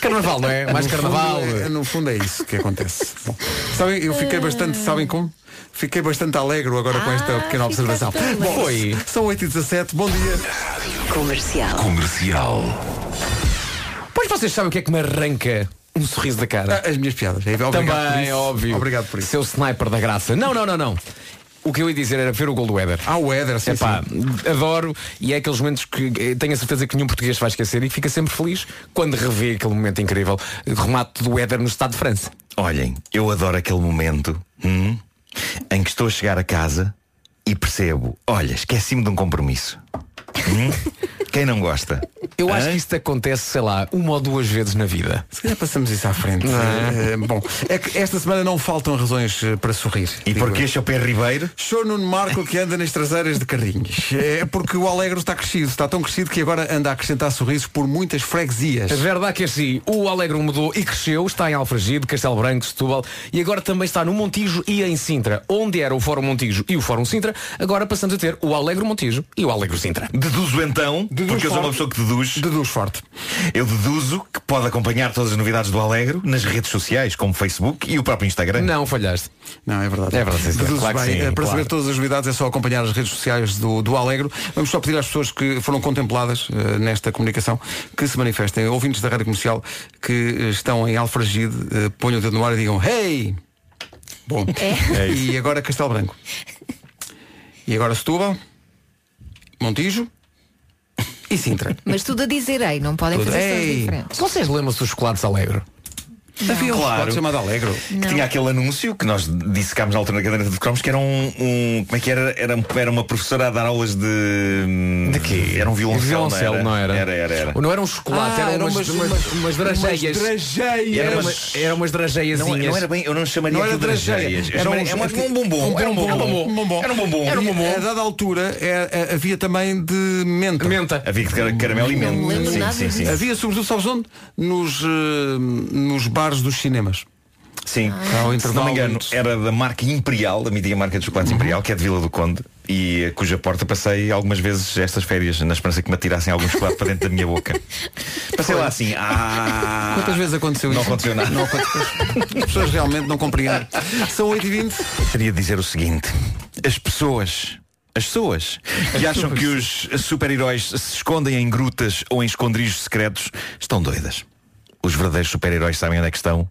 Carnaval, não é? Mais
No
carnaval.
fundo, é- no fundo é isso que acontece. Bom, sabem, eu fiquei bastante, sabem como? Fiquei bastante alegre agora com esta pequena observação.
bem.
Bom,
Foi.
São 8h17, bom dia.
Comercial.
Comercial.
Pois vocês sabem o que é que me arranca um sorriso da cara?
As minhas piadas. É, obrigado por
Também,
isso.
óbvio.
Obrigado por isso.
Seu sniper da graça. Não, não, não, não. O que eu ia dizer era ver o gol do Éder.
Ah, o Éder, sim,
Epá,
sim.
adoro e é aqueles momentos que eh, tenho a certeza que nenhum português vai esquecer e fica sempre feliz quando revê aquele momento incrível. Remato do Éder no Estado de França.
Olhem, eu adoro aquele momento hum, em que estou a chegar a casa e percebo, olha, esqueci-me de um compromisso. Hum, Quem não gosta?
Eu acho que isto acontece, sei lá, uma ou duas vezes na vida.
Se calhar passamos isso à frente. Eh, bom, é que esta semana não faltam razões eh, para sorrir.
E porquê Chopin Ribeiro?
Show Nuno Marco que anda nas traseiras de carrinhos. É porque o Alegro está crescido, está tão crescido que agora anda a acrescentar sorrisos por muitas freguesias.
A verdade que é assim, o Alegre mudou e cresceu, está em Alfragide, Castelo Branco, Setúbal e agora também está no Montijo e em Sintra. Onde era o Fórum Montijo e o Fórum Sintra, agora passamos a ter o Alegre Montijo e o Alegre Sintra.
Deduzo então, porque eu sou uma pessoa que deduz.
Deduz forte.
Eu deduzo que pode acompanhar todas as novidades do Alegro nas redes sociais, como Facebook e o próprio Instagram.
Não, falhaste.
Não, é verdade.
É verdade, sim, senhor.
Deduzo
Claro que
bem.
sim,
Eh, para
claro.
saber todas as novidades é só acompanhar as redes sociais do, do Alegro. Vamos só pedir às pessoas que foram contempladas eh, nesta comunicação que se manifestem. Ouvintes da rádio comercial que eh, estão em Alfragide, eh, ponham o dedo no ar e digam Hey! Bom,
É. É isso.
e agora Castelo Branco. E agora Setúbal, Montijo e Sintra.
Mas tudo a dizer, ei, não podem
Tudo.
fazer
Ei.
coisas diferentes.
Vocês lembram-se dos chocolates Alegre?
Havia um chocolate chamado Alegro.
Que tinha aquele anúncio que nós dissecámos na altura na cadeira de cromos que era um, um- Como é que era? Era, era uma professora a dar aulas de. De quê? Era um violoncelo.
Violoncelo, não era?
Era, era, era.
Não era um chocolate,
Ah,
eram
eram umas-
umas, umas,
umas-
umas drageias.
umas drageias.
Era umas, eram umas drageiazinhas.
Não, não era bem, eu não chamaria
Não era
aquilo de
drageia.
drageias. Eu chamaria-
uns-
é uma- um bombom. Era um bombom. Era um bombom.
Era um bombom.
E-
E A dada altura é- é- havia também de menta.
Menta.
Havia de car- caramelo e
Não
menta.
me lembro
Sim,
nada
sim,
disso.
sim.
Havia, sobretudo, sabes onde? Nos, eh, nos bares dos cinemas.
Sim,
Ao
se não
Ah, intervalo Uhum.
me engano, era da marca Imperial, da mítica marca de chocolates Imperial, que é de Vila do Conde, e eh, cuja porta passei algumas vezes estas férias, na esperança que me atirassem algum chocolate para dentro da minha boca. Passei lá assim, ah.
Quantas vezes aconteceu
Não
isso?
aconteceu nada.
Não aconteceu. As pessoas realmente não compreendem. São 8h20.
Queria dizer o seguinte: as pessoas. As pessoas que acham que os super-heróis se escondem em grutas ou em esconderijos secretos estão doidas. Os verdadeiros super-heróis sabem onde é que estão?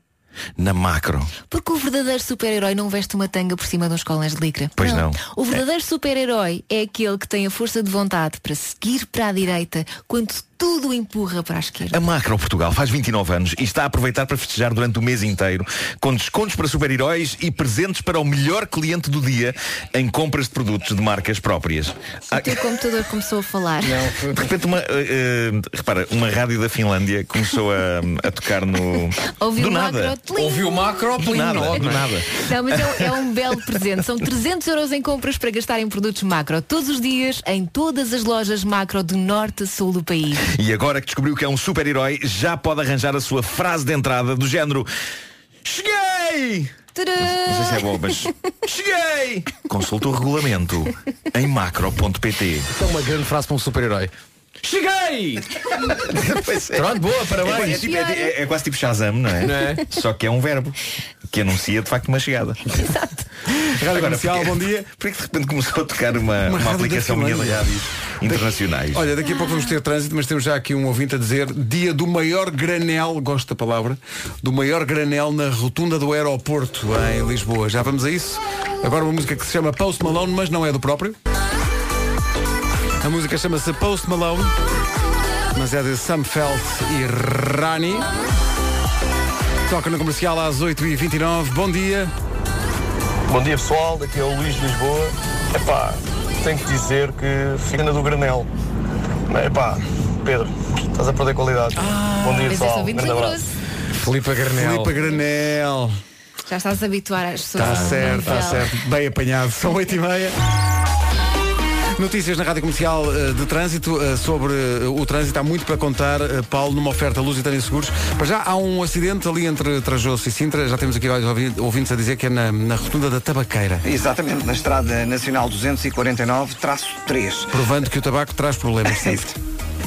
Na macro.
Porque o verdadeiro super-herói não veste uma tanga por cima de uns colãs de licra.
Pois não.
O verdadeiro super-herói é aquele que tem a força de vontade para seguir para a direita quando tudo empurra para a esquerda.
A Macro Portugal faz 29 anos e está a aproveitar para festejar durante o mês inteiro, com descontos para super-heróis e presentes para o melhor cliente do dia em compras de produtos de marcas próprias. Ah,
tá
O teu computador começou a falar.
de repente, uma, eh, eh, repara, uma rádio da Finlândia começou a, a tocar no.
Ouviu
do
o
nada.
macro-tling. Ouviu o
Do
um
macro-tling,
nada,
não é?
do nada.
Não, mas é, um- é um belo presente. São 300 euros em compras para gastar em produtos macro todos os dias em todas as lojas macro do norte a sul do país.
E agora que descobriu que é um super-herói, já pode arranjar a sua frase de entrada do género. Cheguei! Não sei se é bom, mas Cheguei! consulta o regulamento em macro.pt.
É uma grande frase para um super-herói. Cheguei!
Pois é.
Pronto, boa,
É,
parabéns.
tipo- é- é- é quase tipo Shazam, não é?
Não é?
Só que é um verbo que anuncia de facto uma chegada. Exato. Agora, Comercial, bom dia. Por que de repente começou a tocar uma, uma
rádio da
aplicação minha de
Finlândia.
rádios internacionais?
Olha, daqui a pouco vamos ter trânsito, mas temos já aqui um ouvinte a dizer dia do maior granel, gosto da palavra, do maior granel na rotunda do aeroporto em Lisboa. Já vamos a isso? Agora uma música que se chama Post Malone, mas não é do próprio. A música chama-se Post Malone, mas é de Sam Felt e Rani. Toca no comercial às 8h29. Bom dia.
Bom dia pessoal, daqui é o Luís de Lisboa. Epá, tenho que dizer que fica na do Granel. Epá, Pedro, estás a perder qualidade.
Ah,
Bom dia
Mas é só
pessoal,
20
grande
euros.
abraço.
Filipe Granel.
Filipe Granel.
Já estás a habituar às
Tá
Está
pessoas. Então, ao
Tá certo,
nível.
está certo. Bem apanhado. São 8 e meia. Notícias na Rádio Comercial eh, de Trânsito eh, sobre eh, o trânsito. Há muito para contar, eh, Paulo, numa oferta Lusitânia Seguros. Para já há um acidente ali entre Trajoso e Sintra. Já temos aqui vários ouvi- ouvintes a dizer que é na, na rotunda da Tabaqueira.
Exatamente, na Estrada Nacional 249, traço 3.
Provando que o tabaco traz problemas sempre.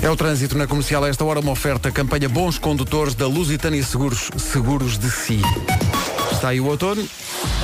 É o trânsito na comercial a esta hora, uma oferta campanha Bons Condutores da Lusitânia Seguros, seguros de si. Está aí o outono.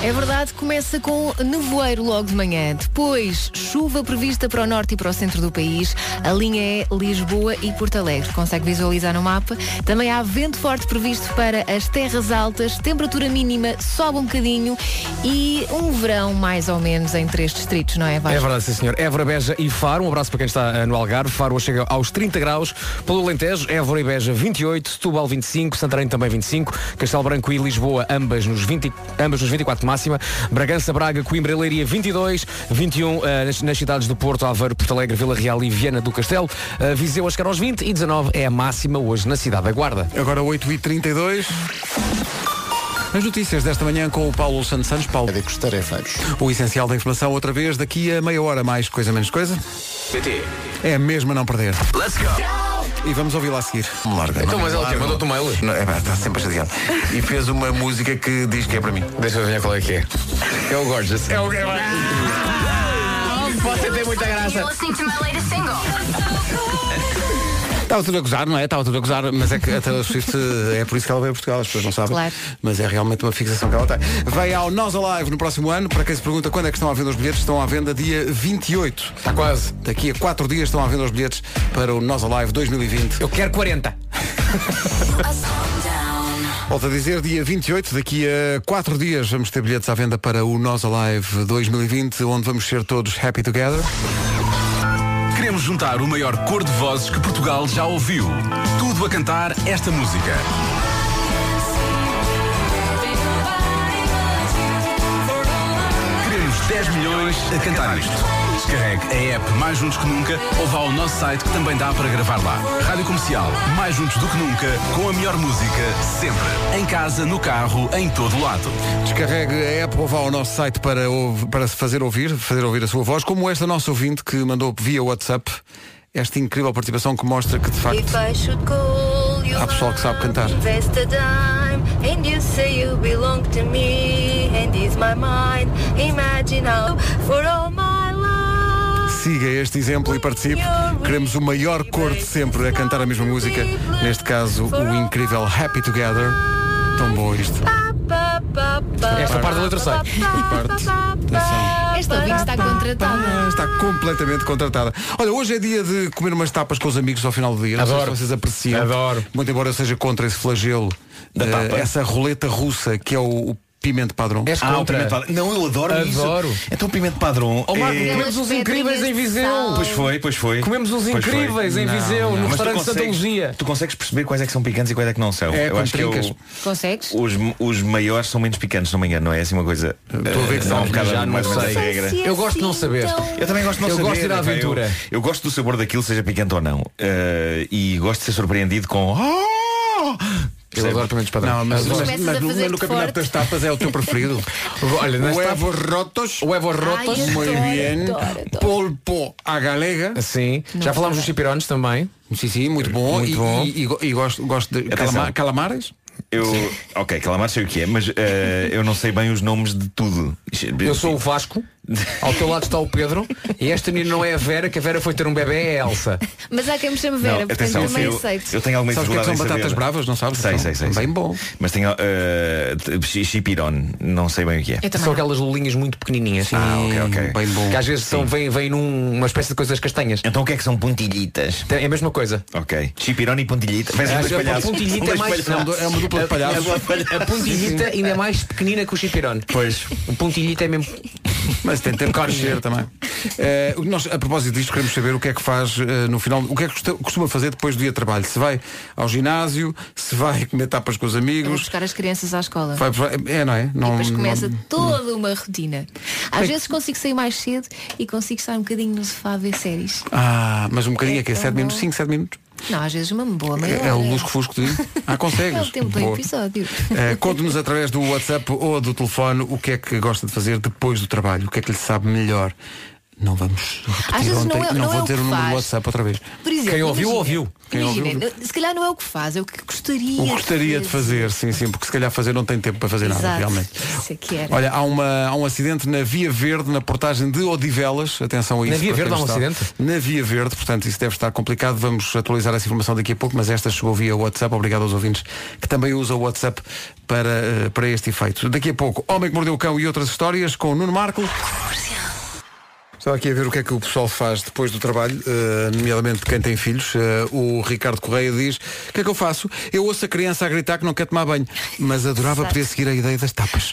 É verdade, começa com nevoeiro logo de manhã. Depois, chuva prevista para o norte e para o centro do país. A linha é Lisboa e Porto Alegre. Consegue visualizar no mapa. Também há vento forte previsto para as terras altas. Temperatura mínima sobe um bocadinho. E um verão mais ou menos em três distritos, não é,
É
Vasco?
verdade, sim senhor. Évora, Beja e Faro. Um abraço para quem está eh, no Algarve. Faro hoje chega aos 30 graus. Pelo Alentejo, Évora e Beja 28, Setúbal 25, Santarém também 25, Castelo Branco e Lisboa ambas nos
20, ambas nos 24 de máxima. Bragança, Braga, Coimbra e Leiria 22, 21 eh, nas, nas cidades do Porto, Aveiro, Porto Alegre, Vila Real e Viana do Castelo. Eh, Viseu a chegar aos 20 e 19 é a máxima hoje na cidade da Guarda.
Agora 8h32. As notícias desta manhã com o Paulo Santos Santos. Paulo. É tarefeiros.
Então,
O essencial da informação outra vez, daqui a meia hora mais coisa menos coisa.
PT.
É mesmo a não perder.
Let's go.
E vamos ouvi-la a seguir.
Me larga.
Então,
não,
mas ele
larga.
quê? Mandou-te um mail?
Não, é, pá, está sempre chateado. E fez uma música que diz que é para mim.
Deixa eu ver qual é que é. É o Gorgeous.
É o que
Você tem muita graça.
Estava tudo a gozar, não é? Estava tudo a gozar, mas é que a Taylor Swift eh, é por isso que ela veio a Portugal, as pessoas não sabem.
Claro.
Mas é realmente uma fixação que ela tem. Vai ao Nós Alive no próximo ano, para quem se pergunta quando é que estão à venda os bilhetes, estão à venda dia 28. Está
quase.
Daqui a 4 dias estão à venda os bilhetes para o Nós Alive 2020.
Eu quero 40.
Volto a dizer, dia 28, daqui a 4 dias vamos ter bilhetes à venda para o Nós Alive 2020, onde vamos ser todos happy together.
Queremos juntar o maior cor de vozes que Portugal já ouviu. Tudo a cantar esta música. Queremos 10 milhões a cantar isto. Descarregue a app Mais Juntos Que Nunca ou vá ao nosso site que também dá para gravar lá. Rádio Comercial, mais juntos do que nunca, com a melhor música, sempre. Em casa, no carro, em todo lado.
Descarregue a app ou vá ao nosso site para, ouv- para se fazer ouvir, fazer ouvir a sua voz, como esta nossa ouvinte que mandou via WhatsApp esta incrível participação que mostra que de facto
If I should call you
há pessoal que sabe cantar.
invest a dime and you say you belong to me and is my mind imagine how for all my life
Siga este exemplo e participe. Queremos o maior cor de sempre a cantar a mesma música, neste caso o incrível Happy Together. Tão bom isto.
Pa, pa, pa,
Esta parte da letra sai. Parte da
É
ação.
Esta ouvinte está contratada.
Está completamente contratada. Olha, hoje é dia de comer umas tapas com os amigos ao final do dia. Não sei
Adoro.
se vocês apreciam.
Adoro.
Muito embora eu seja contra esse flagelo.
Da
eh,
tapa.
Essa roleta russa que é o, o pimento padrão.
És
Ah, o
contra.
pimento padrão. Não, eu adoro,
Adoro.
isso. Então o pimento padrão.
Ó, Marco,
é-
comemos uns incríveis em Viseu.
Pois foi, pois foi.
Comemos uns
Pois foi.
incríveis em
Não,
Viseu, no
Mas tu
restaurante Santa
consegues-
Luzia.
Tu consegues perceber quais é que são picantes e quais é que não são.
É,
eu
quando
acho que
trincas.
eu,
Consegues?
os, os maiores são menos picantes, se não me engano, não é assim uma coisa.
Estou a ver que
eh,
são,
um bocado
já não
mais ou menos
sei.
a regra.
Eu gosto de não saber.
Eu
Então-
também gosto de não
Eu
saber.
gosto de ir à
epá,
aventura.
Eu, eu gosto do sabor daquilo, seja picante ou não. Eh, e gosto de ser surpreendido com. "Oh!"
Eu adoro pimentos padrão.
Não, mas,
Adoro.
mas,
Começas a
mas no,
fazer-te
no campeonato
forte.
das tapas é o teu preferido.
Olha, nas
o
tapas-
Evo Rotos.
O Evo Rotos.
Ai,
Muy
adoro,
bien.
adoro, adoro.
Polpo à galega.
Sim. assim, Já falámos dos chipirones também.
Sim, sim, muito bom.
Muito
e,
bom.
E, e go- e gosto, gosto de
Atenção.
calama- calamares.
Eu, ok, calamar sei o que é, mas eh, eu não sei bem os nomes de tudo.
Eu sou um o Vasco, ao teu lado está o Pedro e esta menina não é a Vera, que a Vera foi ter um bebê, é a Elsa.
Mas há quem me chame Vera,
Não,
portanto
atenção,
também
eu,
aceito.
eu tenho alguma
Sabes o que é
dificuldade
que são
em
batatas
saber.
bravas, não sabes?
Sei,
São
sei, sei.
Bem
sei.
bom.
Mas tenho eh, t- chipirone, não sei bem o que é.
Eu também
São
não.
aquelas lulinhas muito pequenininhas.
Ah, ok, ok.
Bem bom.
Que às vezes são, vêm, vêm numa espécie de coisas castanhas.
Então o que é que são pontilhitas?
É a mesma coisa.
Ok. Chipirone e pontilhita. Parece
Acho
dois
que a
palhaços. Um
pontilhita
Dois
é mais-
palhaços.
É uma dupla de palhaços.
A pontilhita ainda é mais pequenina que o chipirone.
Pois.
O pontilhita é mesmo.
Mas tem tempo de crescer também. Eh, nós, a propósito disto, queremos saber o que é que faz eh, no final, o que é que costa- costuma fazer depois do dia de trabalho. Se vai ao ginásio, se vai comer tapas com os
Eu vou
amigos.
buscar as crianças à escola.
Vai, vai- é, não é? Não,
e depois
não-
começa toda uma rotina. Às vezes consigo sair mais cedo e consigo estar um bocadinho no sofá a ver séries.
Ah, mas um bocadinho é que é
É
7
bom.
minutos, 5, 7 minutos.
Não, às vezes uma boa meia
É, é o
hora.
lusco fusco de. Ah,
É
consegues.
o tempo do
Boa.
episódio.
Eh, Conte-nos através do WhatsApp ou do telefone o que é que gosta de fazer depois do trabalho, o que é que lhe sabe melhor. Não vamos repetir
Às vezes
ontem,
não é- não é
vou
o
dizer
que
o número do
faz.
WhatsApp outra vez.
Por exemplo,
Quem ouviu,
imagina-
ouviu.
Quem ouviu,
imagina, se calhar não é o que faz, é o que gostaria.
O que gostaria de fazer, sim, sim, porque se calhar fazer não tem tempo para fazer nada,
Exato.
realmente.
Isso é que era.
Olha, há, uma, há um acidente na Via Verde, na portagem de Odivelas. Atenção a isso.
Na Via
para
Verde
quem
há um
está.
acidente?
Na Via Verde, portanto, isso deve estar complicado. Vamos atualizar essa informação daqui a pouco, mas esta chegou via WhatsApp. Obrigado aos ouvintes que também usam o WhatsApp para, eh, para este efeito. Daqui a pouco, Homem que Mordeu o Cão e outras histórias com o Nuno Marco. Estava aqui a ver o que é que o pessoal faz depois do trabalho, eh, nomeadamente quem tem filhos. Eh, o Ricardo Correia diz, o que é que eu faço? Eu ouço a criança a gritar que não quer tomar banho, mas adorava poder seguir a ideia das tapas.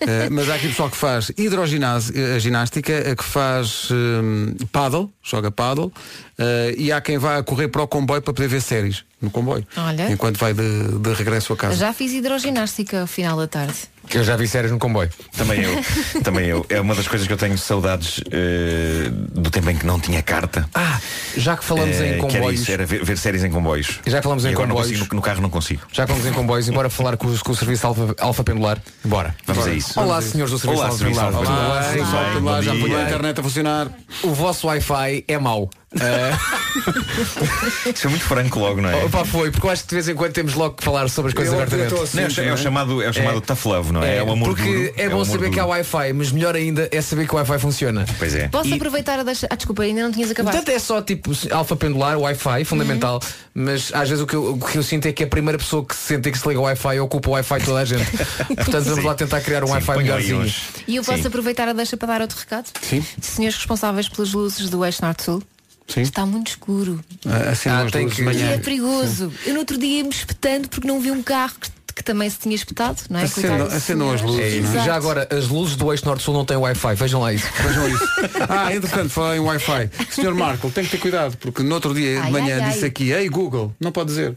Eh, mas há aqui pessoal que faz hidroginástica, ginástica, eh, que faz eh, paddle, joga paddle, eh, e há quem vá a correr para o comboio para poder ver séries. no comboio.
Olha.
Enquanto vai de, de regresso a casa.
Já fiz hidroginástica ao final da tarde.
Eu já vi séries no comboio. Também eu. também eu. É uma das coisas que eu tenho saudades eh, do tempo em que não tinha carta.
Ah, já que falamos
Eh,
em
que Era,
comboios.
isso, era ver, ver séries em comboios.
Já que falamos em
E agora não
comboios.
consigo, no, no carro não consigo.
Já que vamos em comboios, embora falar com, o- com o serviço alfa, alfa pendular. Bora.
Vamos
Bora.
a isso.
Olá,
Vamos a isso.
senhores do serviço
Olá,
alfa
serviço
pendular.
alfa pendular. Bem,
serviço
bom dia.
a funcionar.
O vosso Wi-Fi é mau. Eh,
Isso é muito franco logo, não é?
Opa, foi, porque eu acho que de vez em quando temos logo que falar sobre as coisas
Eu
abertamente.
estou assim, Não, é o ch- é o não é? chamado- é o chamado tough love, não é? É o amor
Porque
duro,
é
é o
bom
amor
saber que há
duro.
Wi-Fi, mas melhor ainda é saber que o Wi-Fi funciona.
Pois é.
Posso aproveitar a deixar. Ah, desculpa, ainda não tinhas acabado.
Portanto, é só tipo alfa pendular, Wi-Fi, fundamental.
Uhum.
Mas às vezes o que, eu, o que eu sinto é que a primeira pessoa que se sente que se liga ao Wi-Fi ocupa o Wi-Fi de toda a gente. Portanto, vamos
Sim.
lá tentar criar um
Sim,
Wi-Fi
ponham aí
melhorzinho.
uns-
E eu posso
Sim.
aproveitar a deixa para dar outro recado?
Então, Sim.
Senhores responsáveis pelas luzes do Oeste Norte Sul.
Sim.
Está muito escuro.
Ah, acendam as luzes de manhã.
E é perigoso. Eu no outro dia ia me espetando porque não vi um carro que, que também se tinha espetado, não é? Coitado do senhor.
É isso.
Exato.
Já agora, as luzes do Eixo Norte-Sul não têm Wi-Fi, vejam lá isso.
Vejam isso. Ah, entretanto, falei em Wi-Fi. Senhor Marco, tem que ter cuidado, porque no outro dia de
Ai,
manhã
ai, ai.
disse aqui, ei Google, não pode dizer.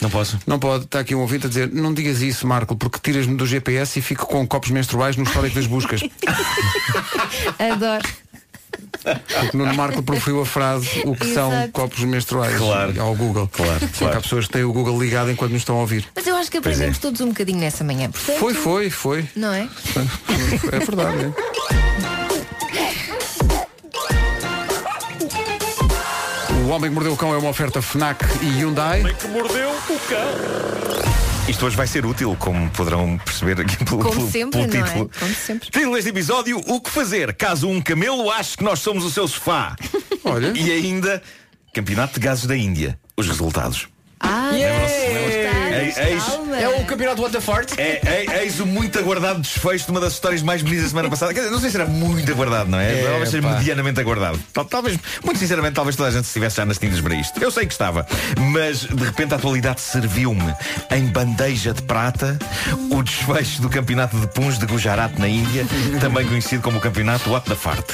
Não posso.
Não pode. Está aqui um ouvinte a dizer, não digas isso, Marco, porque tiras-me do GPS e fico com copos menstruais no histórico das é buscas.
Adoro.
Porque Nuno Marco proferiu a frase o que são
Exato.
copos menstruais ao Google. Claro, Há pessoas que têm o Google ligado enquanto nos estão a ouvir.
Mas eu acho que
Pois é.
aprendemos todos um bocadinho nessa manhã. Portanto,
Foi, foi, foi.
Não é?
É verdade. é. O Homem que Mordeu o Cão é uma oferta FNAC e Hyundai.
que mordeu o cão. Isto hoje vai ser útil, como poderão perceber aqui pelo,
Como
pelo-
sempre,
pelo
não
título.
é? Como sempre.
Título deste episódio, o que fazer caso um camelo ache que nós somos o seu sofá?
Olha.
E ainda, Campeonato de Gases da Índia. Os resultados.
Ah,
Eis- eis-
É o campeonato What the Fart.
É, é- eis o muito aguardado desfecho de uma das histórias mais bonitas da semana passada. Quer dizer, não sei se era muito aguardado, não é?
É,
Talvez seja
pá.
medianamente aguardado. Tal- Talvez, muito sinceramente, talvez toda a gente estivesse já nas tintas para isto. Eu sei que estava. Mas, de repente, a atualidade serviu-me em bandeja de prata o desfecho do campeonato de puns de Gujarat na Índia, também conhecido como o campeonato What the Fart.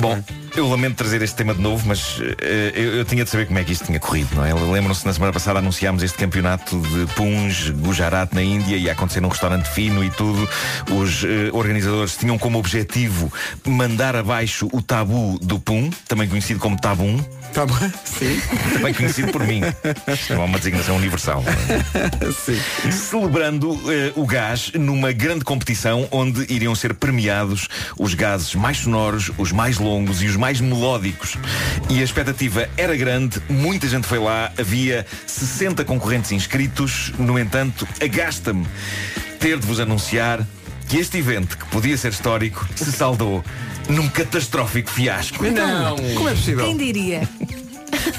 Bom, eu lamento trazer este tema de novo, mas eh, eu, eu tinha de saber como é que isto tinha corrido, não é? Lembram-se, na semana passada anunciámos este campeonato de Punj, Gujarat, na Índia, ia acontecer num restaurante fino e tudo. Os eh, organizadores tinham como objetivo mandar abaixo o tabu do Pun, também conhecido como Tabum.
Tabu, sim.
Também conhecido por mim. Isto não é uma designação universal. é? Celebrando eh, o gás numa grande competição onde iriam ser premiados os gases mais sonoros, os mais longos e os mais melódicos. E a expectativa era grande, muita gente foi lá, havia 60 concorrentes inscritos, no entanto, agasta-me ter de vos anunciar que este evento, que podia ser histórico, se saldou num catastrófico fiasco.
Quem diria?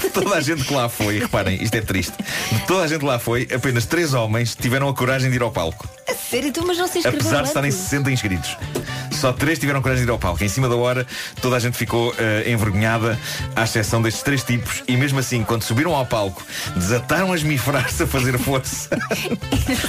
De toda a gente que lá foi, reparem, isto é triste. De toda a gente que lá foi, apenas três homens tiveram a coragem de ir ao palco.
A sério, tu, mas não se escreveu
Apesar de
antes?
estarem 60 inscritos. Só três tiveram coragem de ir ao palco. Em cima da hora, toda a gente ficou eh, envergonhada, à exceção destes três tipos. E mesmo assim, quando subiram ao palco, desataram as mifras a fazer força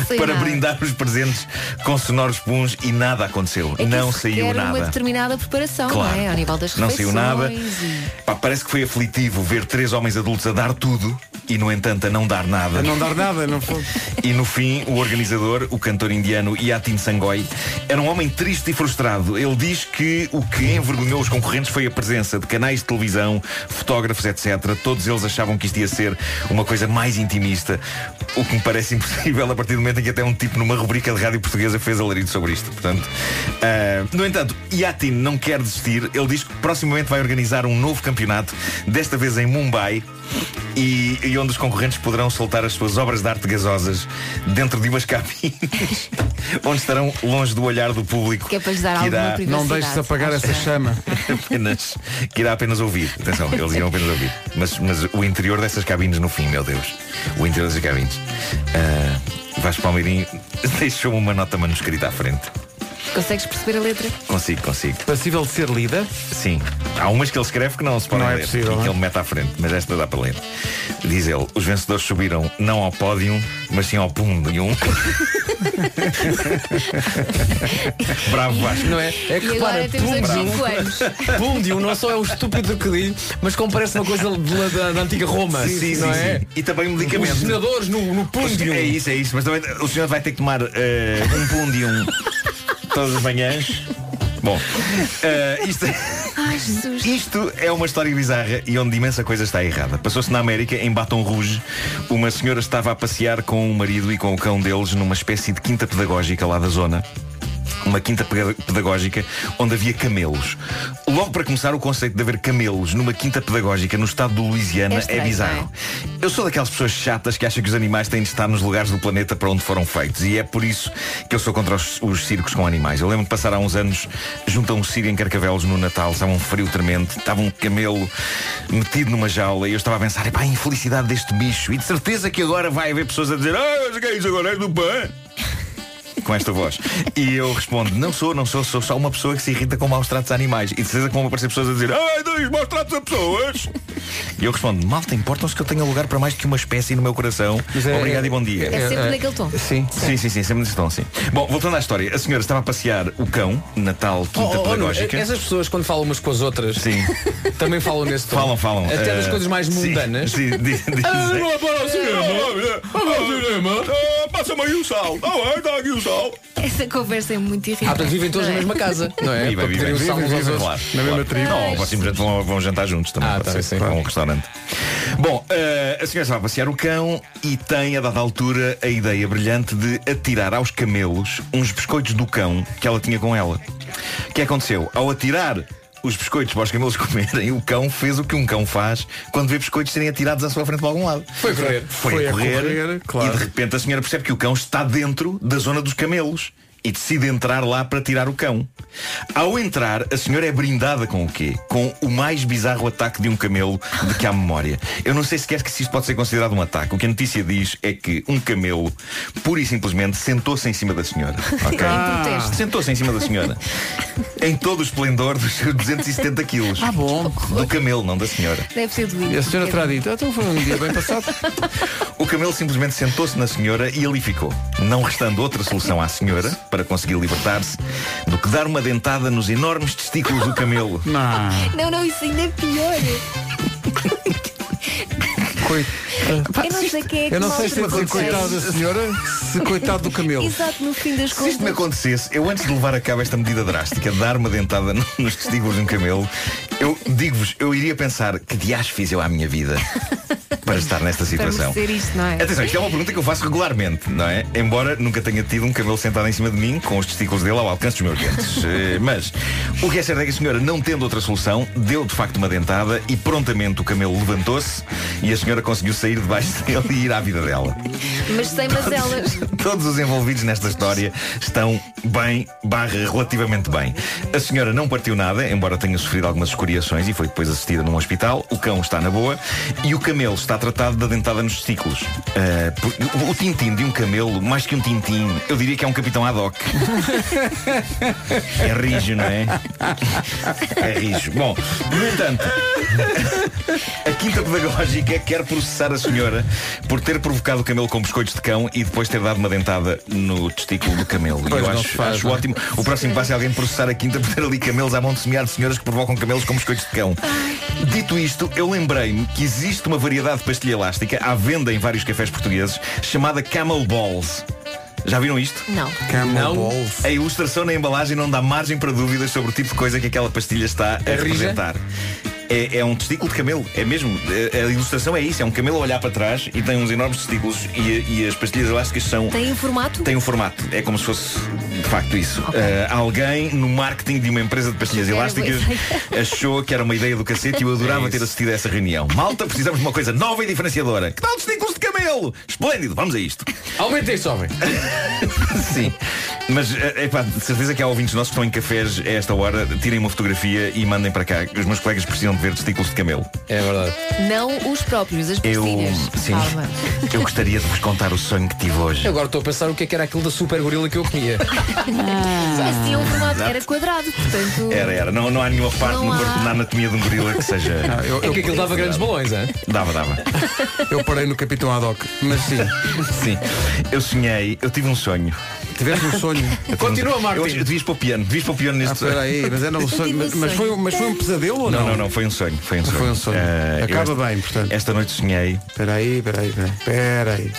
Sei
para
nada.
brindar os presentes com sonoros puns e nada aconteceu.
É que
não
isso
saiu
requer uma
nada.
determinada preparação,
Claro.
não é? Ao nível das
Não
refeições.
saiu nada.
e-
Pá, parece que foi aflitivo ver três homens adultos a dar tudo e, no entanto, a não dar nada.
A não dar nada, não foi.
E no fim, o organizador, o cantor indiano Yatin Sangoi, era um homem triste e frustrado. Ele diz que o que envergonhou os concorrentes foi a presença de canais de televisão, fotógrafos, etc. Todos eles achavam que isto ia ser uma coisa mais intimista, o que me parece impossível a partir do momento em que até um tipo numa rubrica de rádio portuguesa fez alarido sobre isto. Portanto, ah, no entanto, Yatin não quer desistir. Ele diz que proximamente vai organizar um novo campeonato, desta vez em Mumbai, e, e onde os concorrentes poderão soltar as suas obras de arte gasosas dentro de umas cabines, onde estarão longe do olhar do público.
Que é para lhes dar
que
alguma
irá-
privacidade. acho eu.
chama.
apenas, que irá apenas ouvir. Atenção, eles irão apenas ouvir. Mas, mas o interior dessas cabines no fim, meu Deus. O interior dessas cabines. Ah, Vasco Palmeirim deixou uma nota manuscrita à frente.
Consegues perceber a letra?
Consigo, consigo.
Passível de ser lida?
Sim. Há umas que ele escreve que não se pode
Não é
ler
possível,
e
não é?
que ele mete à frente, mas esta dá para ler. Diz ele, os vencedores subiram não ao pódio, mas sim ao pum de um. Bravo Vasco.
Não é? É que
E
repara,
agora temos um
pum,
outros
bravo.
cinco anos.
Pum de um não só é o estúpido que diz, mas como parece uma coisa de lá da, da antiga Roma.
Sim, sim,
não
sim,
é?
sim. E também medicamento.
Os senadores no, no pum de um.
É isso, é isso. Mas também o senhor vai ter que tomar eh, um pum de um todas as manhãs. Bom, eh, isto,
Ai, Jesus.
isto é uma história bizarra e onde imensa coisa está errada. Passou-se na América, em Baton Rouge, uma senhora estava a passear com o marido e com o cão deles numa espécie de quinta pedagógica lá da zona. Uma quinta peda- pedagógica onde havia camelos. Logo para começar, o conceito de haver camelos numa quinta pedagógica no estado do Louisiana
É
é,
estranho,
bizarro.
não é?
Eu sou daquelas pessoas chatas que acham que os animais têm de estar nos lugares do planeta para onde foram feitos e é por isso que eu sou contra os, os circos com animais. Eu lembro de passar há uns anos junto a um circo em Carcavelos no Natal, estava um frio tremendo, estava um camelo metido numa jaula e eu estava a pensar, epá, a infelicidade deste bicho e de certeza que agora vai haver pessoas a dizer, ah, mas o que é isso agora é do pé? com esta voz. E eu respondo, não sou, não sou, sou só uma pessoa que se irrita com maus tratos a animais. E de certeza que vão aparecer pessoas a dizer, ai, dois maus tratos a pessoas. E eu respondo, malta, importam-se que eu tenha lugar para mais que uma espécie no meu coração. Obrigado e bom dia.
É sempre naquele tom.
Sim. Sim, sim, sim, sempre nesse tom, sim. Bom, voltando à história, a senhora estava a passear o cão na tal
Oh,
quinta
oh, oh, não,
pedagógica.
essas pessoas quando falam umas com as outras também falam nesse tom.
Falam, falam.
Até das
Eh,
coisas mais
sim,
mundanas.
Sim, di- dizem.
não é para o cinema.
Passa-me aí Eh, o sal. Ah, dá aqui o sal.
Essa conversa é muito irritante.
Ah, portanto, vivem todos
não
na
é?
mesma casa, não é?
Vivem,
Para
vivem,
pedirem o sal
vivem,
uns aos
vivem,
outros.
claro, claro. Não, ao próximo jantar vão, vão jantar juntos também.
Ah,
pode
tá,
ser,
sim.
para um restaurante. Bom, eh, a senhora estava a passear o cão e tem, a dada altura, a ideia brilhante de atirar aos camelos uns biscoitos do cão que ela tinha com ela. O que aconteceu? Ao atirar os biscoitos para os camelos comerem, o cão fez o que um cão faz quando vê biscoitos serem atirados à sua frente para algum lado.
Foi correr.
Foi,
Foi
a
a
correr,
correr, claro.
e de repente a senhora percebe que o cão está dentro da zona dos camelos e decide entrar lá para tirar o cão. Ao entrar, a senhora é brindada com o quê? Com o mais bizarro ataque de um camelo de que há memória. Eu não sei sequer que se isto pode ser considerado um ataque. O que a notícia diz é que um camelo, pura e simplesmente, sentou-se em cima da senhora. ok?
Ah.
Sentou-se em cima da senhora. em todo o esplendor dos seus 270 quilos. Ah, bom. Do camelo, não da senhora.
Tá Deve ser doído.
E a senhora terá dito,
então foi um dia bem passado.
O camelo simplesmente sentou-se na senhora e ali ficou, não restando outra solução à senhora para conseguir libertar-se do que dar uma dentada nos enormes testículos do camelo.
Não, não, isso ainda é pior. Eu não sei quem é que
Eu não
mal
sei se é
acontece.
dizer coitado da senhora, se coitado do camelo.
Exato, no fim das
Se isto me
contas.
acontecesse, eu antes de levar a cabo esta medida drástica, de dar uma dentada no- nos testículos de um camelo, eu digo-vos, eu iria pensar que dias fiz eu à minha vida para estar nesta
Para
situação.
merecer isto, não é?
Atenção, isto é uma pergunta que eu faço regularmente, não é? Embora nunca tenha tido um cabelo sentado em cima de mim, com os testículos dele ao alcance dos meus dentes. Eh, Mas o que é certo é que a senhora, não tendo outra solução, deu de facto uma dentada e prontamente o camelo levantou-se e a senhora conseguiu sair debaixo dele e ir à vida dela.
Mas sem mazelas.
Todos os envolvidos nesta história estão bem, barra relativamente bem. A senhora não partiu nada, embora tenha sofrido algumas escoriações e foi depois assistida num hospital. O cão está na boa e o camelo está tratado da dentada nos testículos. Ah, por- o tintim de um camelo, mais que um tintim, eu diria que é um capitão ad hoc. É rijo, não é? É rijo. Bom, no entanto, a Quinta Pedagógica quer processar a senhora por ter provocado o camelo com biscoitos de cão e depois ter dado uma dentada no testículo do camelo. E
Pois
eu
não
acho,
se faz,
acho
não é?
ótimo. O próximo passo é alguém processar a Quinta por ter ali camelos à mão de semear de senhoras que provocam camelos com biscoitos de cão. Dito isto, eu lembrei-me que existe uma variedade de pastilha elástica à venda em vários cafés portugueses chamada Camel Balls. Já viram isto?
Não.
não, A ilustração na embalagem não dá margem para dúvidas sobre o tipo de coisa que aquela pastilha está a
rija?
representar. É, é um testículo de camelo, é mesmo. A, a ilustração é isso, é um camelo a olhar para trás e tem uns enormes testículos e, e as pastilhas elásticas são.
Tem o formato?
Tem um formato, é como se fosse de facto isso. Ah, alguém no marketing de uma empresa de pastilhas
Era
elásticas
boa
achou que era uma ideia do cacete e eu adorava ter assistido a essa reunião. Malta, precisamos de uma coisa nova e diferenciadora. Que tal testículos de camelo? Esplêndido, vamos a isto.
Aumentem e sobem.
Sim, mas eh, epá, de certeza que há ouvintes nossos que estão em cafés a esta hora, tirem uma fotografia e mandem para cá. Os meus colegas precisam de ver testículos de camelo.
É verdade.
Não os próprios, as
um- Eu,
piscinas.
sim,
Calma.
eu gostaria de vos contar o sonho que tive hoje.
Eu agora estou a pensar o que é que era aquilo da super gorila que eu comia.
Mas tinha um formato,
Ah, Exato.
era quadrado, portanto.
Era, era. Não, não há nenhuma parte
Não
no
há.
corpo, na anatomia de um gorila que seja.
eu- É que aquilo dava grandes
balões, é?
Dava, dava.
Eu parei no Capitão Adoc, mas sim.
Sim. Eu sonhei, eu tive um sonho.
Tiveste um sonho.
Eu tive
Continua,
um sonho.
Martim.
Eu acho que devias para o piano, devias para o piano neste
Ah, espera aí, mas era um Eu sonho, tive um mas- mas sonho. foi um- mas foi um pesadelo ou não?
Não, não, não, foi um sonho. Foi um sonho.
Foi um sonho.
Eh, eu
Acaba
esta-
bem, portanto.
Esta noite sonhei.
Espera aí, espera aí, espera aí. Espera aí.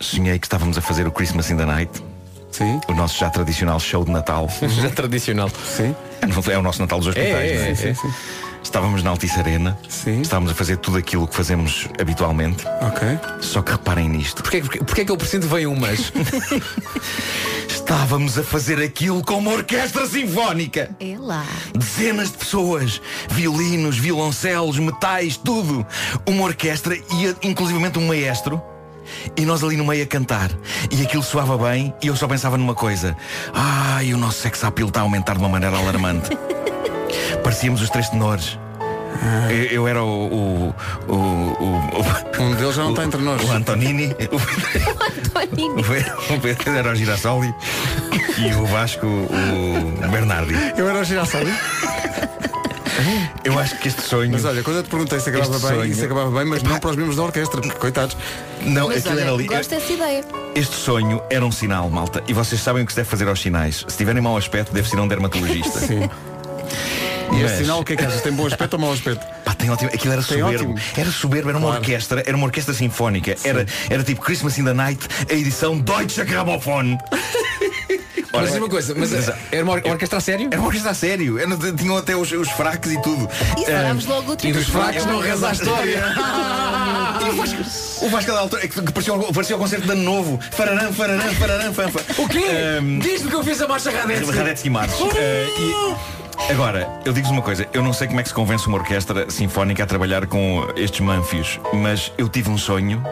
Sonhei que estávamos a fazer o Christmas in the Night.
Sim.
O nosso já tradicional show de Natal.
Já tradicional.
Sim.
É o nosso Natal dos hospitais,
É, é,
não é?
é, Sim, é. sim,
Estávamos na Altice Arena. Estávamos a fazer tudo aquilo que fazemos habitualmente.
Ok.
Só que reparem nisto.
Porquê, porquê, porquê é que eu preciso veio um mas?
Estávamos a fazer aquilo com uma orquestra sinfónica.
É lá.
Dezenas de pessoas, violinos, violoncelos, metais, tudo. Uma orquestra e inclusivamente um maestro. E nós ali no meio a cantar. E aquilo soava bem e eu só pensava numa coisa. Ai, o nosso sex appeal está a aumentar de uma maneira alarmante. Parecíamos os três tenores.
Ah.
Eu, eu era o, o, o, o-
Um deles já não está entre nós.
O Antonini.
António.
O, o Pedro era o Girassoli. E o Vasco, o Bernardi.
Eu era o Girassoli.
Eu acho que este sonho.
Mas olha, quando eu te perguntei se acabava
Este
bem,
sonho-
isso acabava bem, mas não para os membros da orquestra, porque coitados.
Não,
Mas
aquilo
olha,
era ali.
gosto dessa ideia.
Este sonho era um sinal, malta. E vocês sabem o que se deve fazer aos sinais. Se tiverem mau aspecto, deve ser um dermatologista.
Sim. E esse sinal, o que é que achas? Tem bom aspecto ou mau aspecto?
Pá, tem ótimo. Aquilo era
Tem
soberbo.
ótimo.
Era soberbo, era uma orquestra, era uma orquestra sinfónica. Era, era tipo Christmas in the Night, a edição Deutsche Grammophon.
Mas diz uma coisa, mas era uma or- orquestra a sério?
Era uma orquestra a sério. Era- tinham até os, os fracos e tudo.
E
Ah,
falámos logo outro
e dos
tipo.
fracos não reza a história.
Ah,
E o Vasco, o Vasco da altura, é que que parecia, o- parecia o concerto de ano novo. Fararã, fararã, fararã, fanfa.
O quê?
Ahm,
Diz-me que eu fiz a marcha Radetzky.
Radetzky March. Ah, e agora, eu digo-vos uma coisa, eu não sei como é que se convence uma orquestra sinfónica a trabalhar com estes manfios, mas eu tive um sonho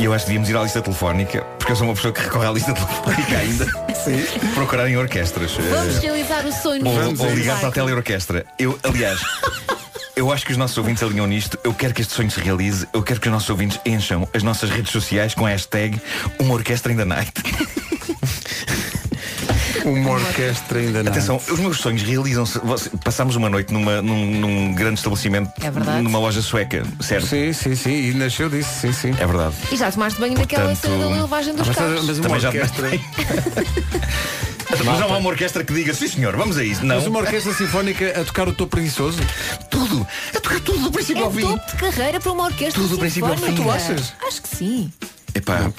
e eu acho que devíamos ir à lista telefónica, porque eu sou uma pessoa que recorre à lista telefónica ainda. Sim. Procurar em orquestras.
Vamos
Eh,
realizar o sonho.
ou,
Vamos
ou ligar para a
realizar.
teleorquestra. Eu, aliás, eu acho que os nossos ouvintes alinham nisto. Eu quero que este sonho se realize. Eu quero que os nossos ouvintes encham as nossas redes sociais com a hashtag Uma Orquestra in the Night.
Uma orquestra ainda não.
Atenção, os meus sonhos realizam-se. Você- Passámos uma noite numa, num, num grande estabelecimento,
É verdade.
numa loja sueca, certo?
Sim, sim, sim. E nasceu disso, sim, sim.
É verdade.
E já tomaste banho naquela
Portanto, Ah,
cena da lavagem dos
mas-
carros.
mas uma Também já orquestra- Mas não há uma orquestra que diga, sim senhor, vamos a isso. Não.
Mas uma orquestra sinfónica a tocar o teu preguiçoso?
Tudo. A tocar tudo do princípio
É
ao fim.
topo de carreira para uma orquestra
Tudo do princípio ao
sinfónica.
fim. Tu
achas?
Acho que sim.
Epá,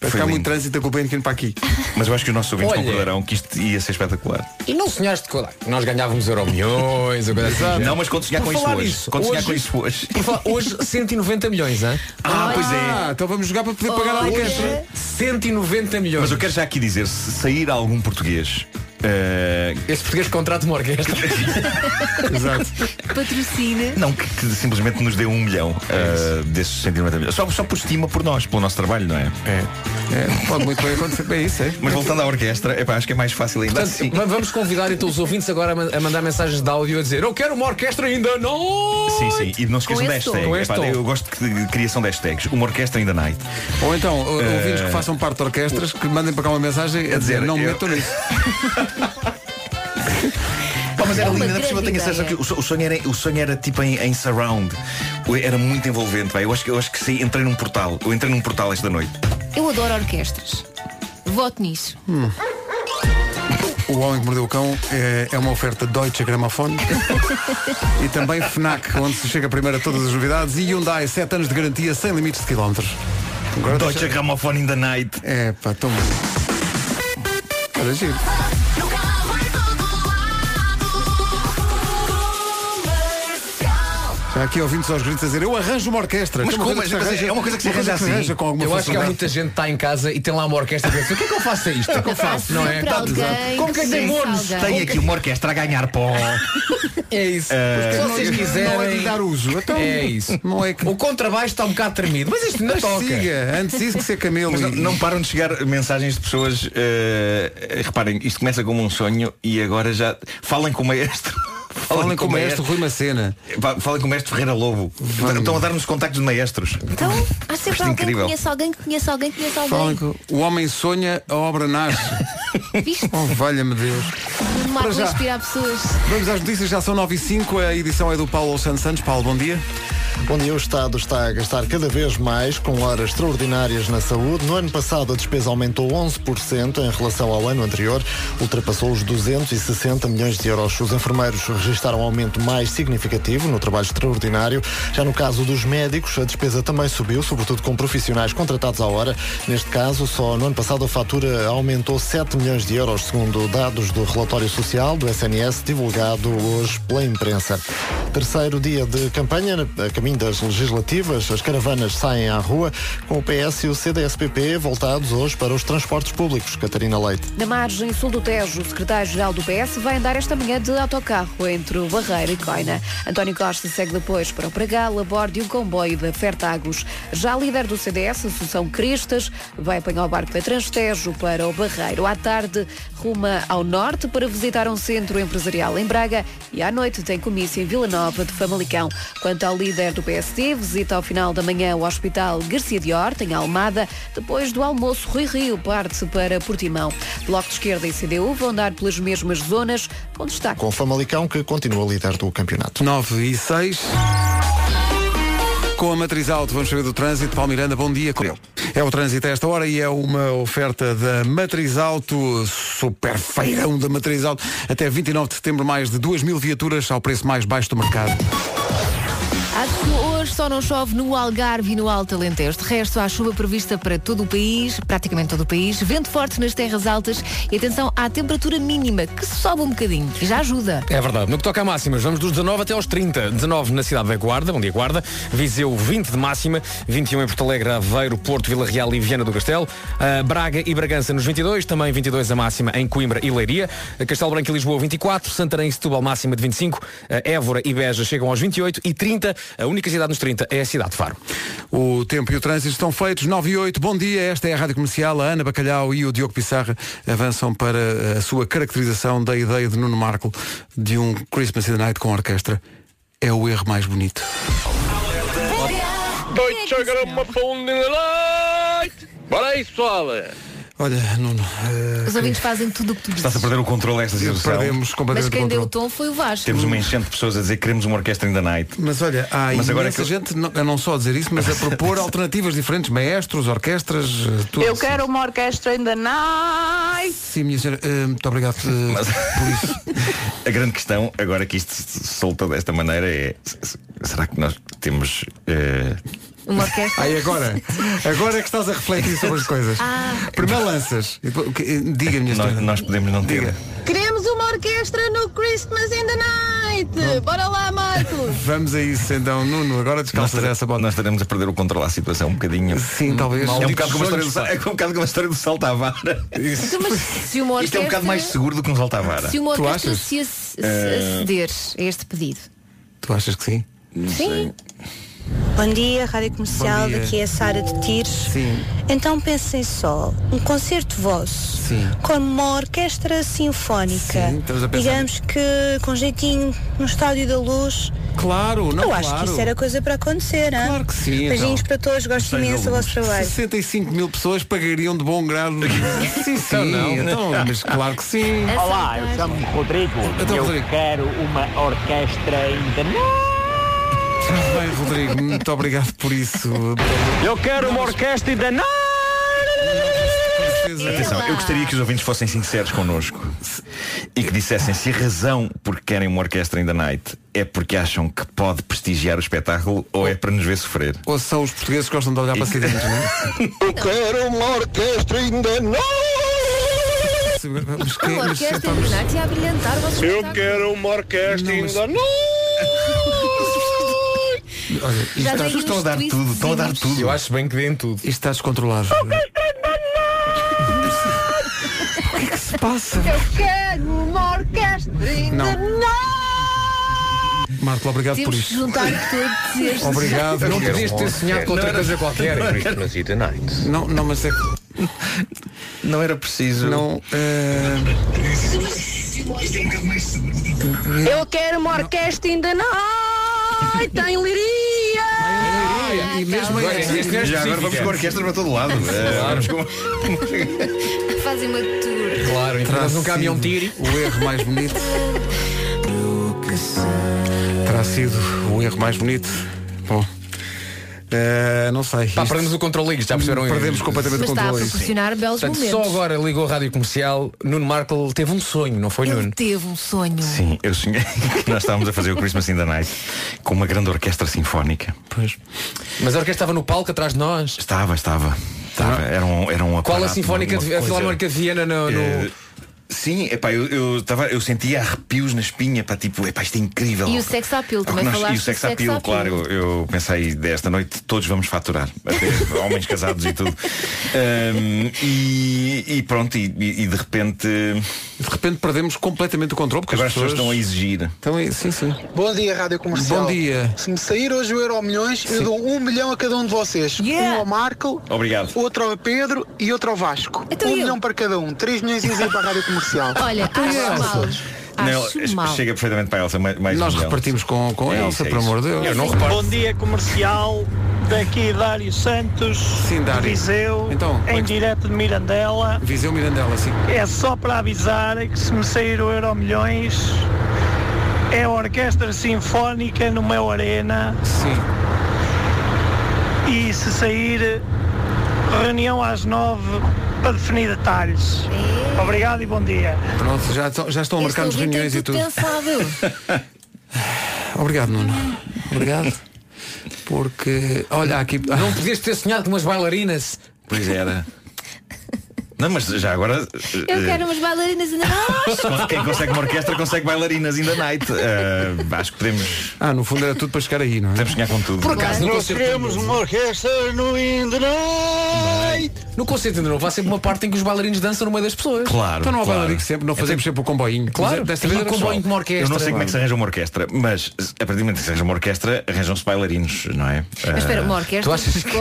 Vai
Foi
ficar muito
lindo.
trânsito a é Copenhagen para aqui.
mas eu acho que os nossos ouvintes
Olha.
concordarão que isto ia ser espetacular.
E não sonhaste com Nós ganhávamos euro milhões, ou coisa assim.
Não, mas quando sonhar
Por
com isso
falar
hoje.
nisso,
quando sonhar
hoje-
com isso hoje.
Por falar, hoje 190 milhões, hã?
Ah, pois
Ah,
é.
então vamos jogar para poder pagar a
Olha.
orquestra.
190 milhões.
Mas eu quero já aqui dizer, se sair algum português. eh,
Esse português contrata uma orquestra.
Exato.
Patrocina.
não, que, que simplesmente nos dê um milhão eh, desses 190 milhões. Só, só por estima por nós, pelo nosso trabalho, não é?
É, pode muito bem acontecer. É isso, é.
Mas voltando à orquestra, epá, acho que é mais fácil ainda
Portanto,
assim.
va- vamos convidar então os ouvintes agora a man- a mandar mensagens de áudio a dizer eu quero uma orquestra ainda não!
Sim, sim. E não se esqueçam
Com
da
este
hashtag.
tom. Com
Epá,
este tom.
eu gosto que- de criação de hashtags. Uma orquestra ainda night.
Ou então, ou- ouvintes que façam parte de orquestras, que mandem para cá uma mensagem a dizer,
dizer,
não me
eu-
metam nisso.
Pá, mas era
É
lindo,
uma
ainda por cima
grande
tenho acesso que
ideia.
o so- o sonho era, o sonho era tipo em, em surround. Era muito envolvente, pá. Eu acho que, eu acho que sim, entrei num portal. Eu entrei num portal esta noite.
Eu adoro orquestras. Voto nisso.
O Homem que Mordeu o Cão é, é uma oferta Deutsche Grammophon e também FNAC, onde se chega primeiro a todas as novidades e Hyundai, 7 anos de garantia, sem limites de quilómetros. Agora
Deutsche
deixa-
Grammophon in the night.
É pá, tão bom. Era giro. Já aqui ouvintes aos gritos a dizer, eu arranjo uma orquestra.
Mas
Que é uma
como?
coisa que se
Mas é uma coisa que se arranja
que se
assim.
com alguma
Eu acho que há
facilidade.
muita gente que está em casa e tem lá uma orquestra e pensa, o que é que eu faço a isto? O que é que eu faço? Não é?
Sempre alguém
Como quem
que
tem
conhece
monos?
alguém.
Tem aqui uma orquestra a ganhar pó.
É isso.
Eh,
Se vocês
Não é de
quiserem.
lhe dar uso. Então,
É isso.
Não é que...
O contrabaixo está um bocado tremido, mas isto não
Mas
toca.
siga, antes disso que ser camelo.
Mas não,
e-
não param de chegar mensagens de pessoas. eh, reparem, isto começa como um sonho e agora já. Falem com o maestro.
Falem com o maestro Rui Macena.
Falem com o maestro Ferreira Lobo. Estão a dar-nos contactos de maestros.
Então, há sempre
Isto é
alguém que
incrível.
conhece alguém que conhece alguém que conhece
Falem
alguém.
com... O homem sonha, a obra nasce.
Viste?
Oh, valha-me Deus.
Nuno
Para
Marco
já.
inspira pessoas.
Vamos às notícias, já são 9 e 5, a edição é do Paulo Santos Santos. Paulo, bom dia.
Bom dia, o Estado está a gastar cada vez mais com horas extraordinárias na saúde. No ano passado, a despesa aumentou 11% em relação ao ano anterior, ultrapassou os 260 milhões de euros. Os enfermeiros registaram um aumento mais significativo no trabalho extraordinário. Já no caso dos médicos, a despesa também subiu, sobretudo com profissionais contratados à hora. Neste caso, só no ano passado a fatura aumentou 7 milhões de euros, segundo dados do relatório social do SNS divulgado hoje pela imprensa. Terceiro dia de campanha, a caminho das legislativas, as caravanas saem à rua, com o PS e o CDSPP voltados hoje para os transportes públicos. Catarina Leite.
Na margem sul do Tejo, o secretário-geral do PS vai andar esta manhã de autocarro entre o Barreiro e Coina. António Costa segue depois para o Pregal a bordo de um comboio da Fertagos. Já a líder do CDS, Assunção Cristas, vai apanhar o barco da Transtejo para o Barreiro. À tarde, ruma ao norte para visitar um centro empresarial em Braga e à noite tem comício em Vila Nova de Famalicão. Quanto ao líder do PSD, visita ao final da manhã o Hospital Garcia de Horta, em Almada. Depois do almoço, Rui Rio parte para Portimão. Bloco de Esquerda e CDU vão dar pelas mesmas zonas, com destaque.
Com o Famalicão, que continua líder do campeonato.
9 e 6. Com a Matriz Auto, vamos saber do trânsito. Paulo Miranda, bom dia. Com ele. É o trânsito a esta hora e é uma oferta da Matriz Auto, super feirão da Matriz Auto. Até 29 de setembro, mais de 2 mil viaturas ao preço mais baixo do mercado.
Acho que hoje só não chove no Algarve e no Alto Alentejo. De resto, há chuva prevista para todo o país, praticamente todo o país. Vento forte nas terras altas e atenção à temperatura mínima, que sobe um bocadinho. que Já ajuda.
É verdade. No que toca a máximas, vamos dos 19 até aos 30. 19 na cidade da Guarda, bom dia Guarda. Viseu 20 de máxima, 21 em Porto Alegre, Aveiro, Porto, Vila Real e Viana do Castelo. Ah, Braga e Bragança nos 22, também 22 a máxima em Coimbra e Leiria. Castelo Branco e Lisboa 24, Santarém e Setúbal máxima de 25, ah, Évora e Beja chegam aos 28 e 30. A única cidade nos 30 é a cidade de Faro.
O tempo e o trânsito estão feitos. 9 e 8, bom dia. Esta é a Rádio Comercial. A Ana Bacalhau e o Diogo Pissarra avançam para a sua caracterização da ideia de Nuno Marco de um Christmas in the Night com orquestra. É o erro mais bonito.
Deutsche Gramma Pound in the Light! Bora aí, pessoal!
Olha, Nuno. eh,
Os ouvintes fazem tudo o que tu dizes.
Estás a perder o controle desta situação.
Perdemos
Mas quem deu o tom foi o Vasco.
Temos um- uma enchente de pessoas a dizer que queremos uma orquestra in the night.
Mas olha, há
Mas
imensa
agora é que-
gente não- a não só dizer isso, mas a propor alternativas diferentes, maestros, orquestras, eh, tudo.
Eu quero uma orquestra ainda night!
Sim, minha senhora, eh, muito obrigado eh, por isso.
A grande questão, agora que isto se solta desta maneira, é se- se- será que nós temos. eh,
Uma orquestra.
Aí agora, agora é que estás a refletir sobre as coisas. Primeiro lanças. e depois- que- eh, Diga, minha senhora.
Nós podemos não ter.
Queremos uma orquestra no Christmas in the Night! Bora lá, Marcos!
Vamos a isso então, Nuno, agora descalças
essa bola. Nós estaremos a perder o controle à situação um bocadinho. Sim,
talvez.
É um bocado como a história
Malditos
do, sal- é um bocado como a história do salto à vara.
Então, mas se uma
Isto é um
orquestra,
bocado mais seguro do que um salto à vara.
se uma orquestra se, ac- se
Eh,
aceder a este pedido.
Tu achas que sim?
Sim. Bom dia, Rádio Comercial,
Bom dia.
daqui é a Sara de Tires.
Sim.
Então pensem só, um concerto vosso,
Sim.
com uma orquestra sinfónica,
Sim, estamos a pensar
digamos que com jeitinho no Estádio da Luz.
Claro, não
Eu acho
claro.
que isso era coisa para acontecer, hein?
Claro que sim, então.
Beijinhos para todos, gosto imenso do vosso trabalho.
65 mil pessoas pagariam de bom grado. sim, sim.
Então não.
então, mas claro que sim.
Olá, eu chamo-me Rodrigo.
Então,
eu
Rodrigo.
quero uma orquestra ainda
Está bem, Rodrigo, muito obrigado por isso.
Eu quero uma orquestra ainda não.
Atenção, eu gostaria que os ouvintes fossem sinceros connosco e que dissessem se a razão porque querem uma orquestra in the night é porque acham que pode prestigiar o espetáculo ou é para nos ver sofrer.
Ou são os portugueses que gostam de olhar para acidentes, não é?
Eu quero uma orquestra ainda
Mas
que-
Uma
mas
orquestra
estamos-
de a brilhantar o vosso
Eu
espetáculo.
quero uma orquestra ainda
Olha, isto-
Já tem uns twistzinhos.
tudo. Eu acho bem que deem tudo. Isto está descontrolado. O que é que se passa?
Eu quero uma orquestra ainda
Marco, obrigado
Temos
por
que
isto.
juntar
todos
estes.
Obrigado.
Eu quero um
outra coisa qualquer.
Christmas in the night.
Não, não, mas é que...
Não era preciso.
Não. eh,
Eu quero uma orquestra in the night em Liria.
E mesmo
Agora,
aí-
este não é
Já agora
específico.
vamos com orquestra para todo lado. É,
Eh, vamos com-
Fazem uma tour.
Claro,
entramos
um
num caminhão de
um tiro. O erro mais bonito. Terá sido o erro mais bonito. Bom. eh, não sei.
Pá,
Isto-
perdemos o controle isto, já perceberam?
Perdemos completamente
Mas
o
está a
controle.
proporcionar belos
Portanto,
momentos.
só agora ligou a rádio comercial, Nuno Markle teve um sonho, não foi, Nuno?
Teve um sonho.
Sim, eu sonhei que nós estávamos a fazer o Christmas in the Night com uma grande orquestra sinfónica.
Pois.
Mas a orquestra estava no palco atrás de nós.
Estava, estava. estava. Era um, era um
Qual
Ah,
a
aparato,
Sinfónica,
uma-
de-
uma
a Filarmónica de Viena no... no-
Eh, Sim, epá, eu, eu, tava, eu sentia arrepios na espinha, pá, tipo, epá, isto é incrível.
E o sex appeal,
Ao que
também
nós-
falaste
e o sex
do sex
appeal,
appeal.
claro, eu, eu pensei desta noite todos vamos faturar, até homens casados e tudo. Ahm, e, e pronto, e, e- e de repente.
De repente perdemos completamente o controle porque
agora
as
as pessoas
pessoas-
estão a exigir.
Então, é- sim, sim.
Bom dia, Rádio Comercial.
Bom dia.
Se me sair hoje o Euro Milhões, eu dou um milhão a cada um de vocês. Um ao Marco,
Obrigado.
outro ao Pedro e outro ao Vasco.
Então
um
eu?
milhão para cada um. Três milhões e para a Rádio Comercial.
Olha, acho mal. Acho
é,
Não,
mal.
chega perfeitamente para a Elsa. mais- Mais
Nós
um milhão.
repartimos com, com
É
Elsa,
isso, é
pelo
isso.
amor de Deus.
Eu não reparo.
Bom dia comercial, daqui Dário Santos,
Sim, Dário.
de Viseu,
Então, como é
em
que-
direto de Mirandela.
Viseu Mirandela, sim.
É só para avisar que se me sair o Euro Milhões, é a Orquestra Sinfónica no meu Arena.
Sim.
E se sair, reunião às nove para definir detalhes. Obrigado e bom dia.
Pronto, já, estão- já estão a
é
marcar-nos
ouvinte
reuniões
tem
e tudo.
tudo
Obrigado, Nuno. Obrigado. Porque, olha, há aqui.
Não
Ah.
podias ter sonhado com umas bailarinas.
Pois era. Não, mas já agora. eh,
É.
Eu quero umas bailarinas ainda
Só Quem consegue uma orquestra consegue bailarinas in the night. Eh, acho que podemos.
Ah, no fundo era tudo para chegar aí, não é?
Podemos sonhar com tudo.
Nós queremos uma orquestra no In the Night.
No concerto ainda não há sempre uma parte em que os bailarinos dançam no meio das pessoas.
Claro.
Então não há
claro.
bailarico sempre, não
É
fazemos sempre o comboinho.
Claro,
Desta
tem um
vez era
comboinho
só.
de uma orquestra.
Eu não sei como é que se arranja uma orquestra, mas a partir do momento que se arranja uma orquestra, arranjam-se bailarinos, não é?
Mas espera,
Eh,
uma orquestra gosta.
Achas que